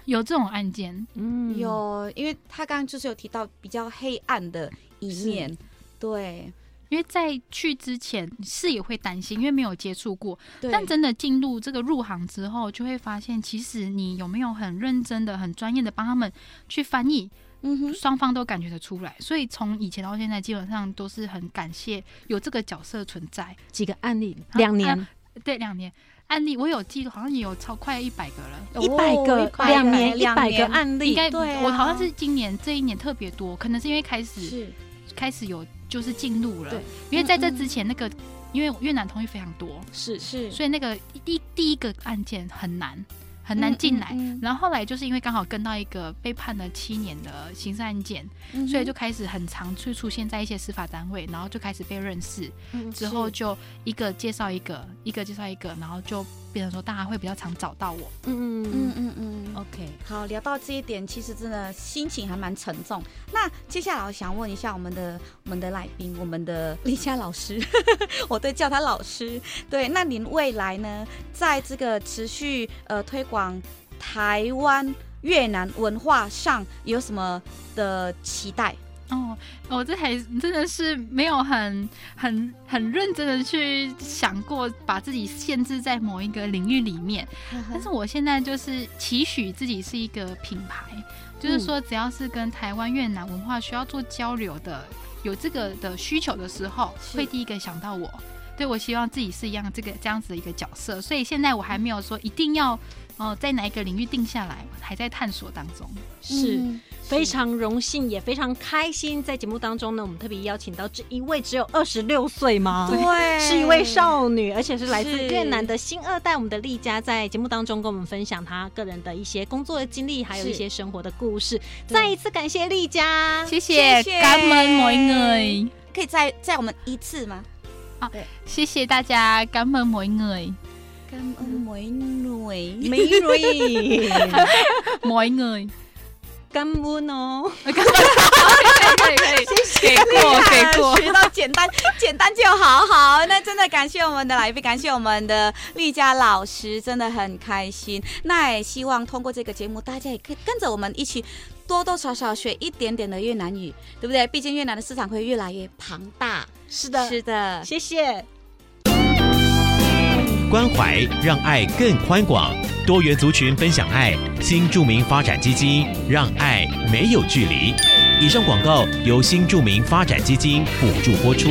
[SPEAKER 4] 有这种案件，
[SPEAKER 2] 嗯，
[SPEAKER 3] 有，因为他刚刚就是有提到比较黑暗的一
[SPEAKER 2] 是
[SPEAKER 3] 面，对
[SPEAKER 4] 因为在去之前是也会担心，因为没有接触过，
[SPEAKER 3] 对，
[SPEAKER 4] 但真的进入这个入行之后，就会发现其实你有没有很认真的、很专业的帮他们去翻译。
[SPEAKER 3] 嗯哼，
[SPEAKER 4] 双方都感觉得出来，所以从以前到现在，基本上都是很感谢有这个角色存在。
[SPEAKER 2] 几个案例，
[SPEAKER 4] 啊
[SPEAKER 2] 两年
[SPEAKER 4] 啊对，两年案例我有记录，好像也有超快一百个了，
[SPEAKER 2] 一百
[SPEAKER 3] 哦
[SPEAKER 2] 个，
[SPEAKER 3] 100
[SPEAKER 2] 两年一
[SPEAKER 3] 两
[SPEAKER 2] 百个案
[SPEAKER 4] 应
[SPEAKER 2] 例，
[SPEAKER 4] 该
[SPEAKER 3] 对啊
[SPEAKER 4] 我好像是今年这一年特别多，可能是因为开始
[SPEAKER 3] 是
[SPEAKER 4] 开始有就是进入了
[SPEAKER 3] 对，嗯
[SPEAKER 4] 因为在这之前那个因为越南同意非常多，
[SPEAKER 2] 是
[SPEAKER 3] 是，
[SPEAKER 4] 所以那个第第一个案件很难很难
[SPEAKER 3] 嗯
[SPEAKER 4] 进来。
[SPEAKER 3] 嗯嗯
[SPEAKER 4] 然后后来就是因为刚好跟到一个被判了七年的刑事案件，
[SPEAKER 3] 嗯
[SPEAKER 4] 所以就开始很常去出现在一些司法单位，然后就开始被认识，
[SPEAKER 3] 嗯
[SPEAKER 4] 之后
[SPEAKER 3] 是
[SPEAKER 4] 就一个介绍一个，一个介绍一个，然后就变成说大家会比较常找到我。
[SPEAKER 2] 嗯
[SPEAKER 3] 嗯
[SPEAKER 2] 嗯
[SPEAKER 3] 嗯嗯。
[SPEAKER 2] ，OK，
[SPEAKER 3] 好，聊到这一点，其实真的心情还蛮沉重。那接下来我想问一下我们的我们的来宾，我们的李佳老师， 我对叫他老师。对，那您未来呢，在这个持续呃推广台湾越南文化上有什么的期待？
[SPEAKER 4] 哦，我这还真的是没有很很很认真的去想过把自己限制在某一个领域里面，但是我现在就是期许自己是一个品牌，
[SPEAKER 3] 嗯
[SPEAKER 4] 就是说只要是跟台湾、越南文化需要做交流的，有这个的需求的时候，
[SPEAKER 3] 是
[SPEAKER 4] 会第一个想到我。对，我希望自己是一样这个这样子的一个角色，所以现在我还没有说一定要哦，在哪一个领域定下来，还在探索当中。
[SPEAKER 2] 是。
[SPEAKER 3] 嗯
[SPEAKER 2] 非常荣幸，也非常开心，在节目当中呢，我们特别邀请到这一位只有二十六岁吗？
[SPEAKER 3] 对，
[SPEAKER 2] 是一位少女，而且是来自
[SPEAKER 3] 是
[SPEAKER 2] 越南的新二代。我们的丽佳在节目当中跟我们分享她个人的一些工作的经历，还有
[SPEAKER 3] 是
[SPEAKER 2] 一些生活的故事。再一次感谢丽佳，
[SPEAKER 4] 谢谢
[SPEAKER 3] 谢谢
[SPEAKER 4] 感恩莫恩，
[SPEAKER 3] 可以再再我们一次吗？
[SPEAKER 4] 谢谢大家感恩莫恩，
[SPEAKER 3] 感恩美女，
[SPEAKER 2] 梅瑞，
[SPEAKER 4] 莫恩，
[SPEAKER 2] 干不哦，
[SPEAKER 4] 可以可以，给过给过。
[SPEAKER 3] 学到简单， 简单就好好。那真的感谢我们的来宾，感谢我们的丽佳老师，真的很开心。那也希望通过这个节目，大家也可以跟着我们一起多多少少学一点点的越南语，对不对？毕竟越南的市场会越来越庞大。
[SPEAKER 2] 是
[SPEAKER 3] 是
[SPEAKER 2] 的，
[SPEAKER 3] 是的，
[SPEAKER 2] 谢谢。
[SPEAKER 1] 关怀让爱更宽广，多元族群分享爱，新著名发展基金让爱没有距离。以上广告由新著名发展基金补助播出。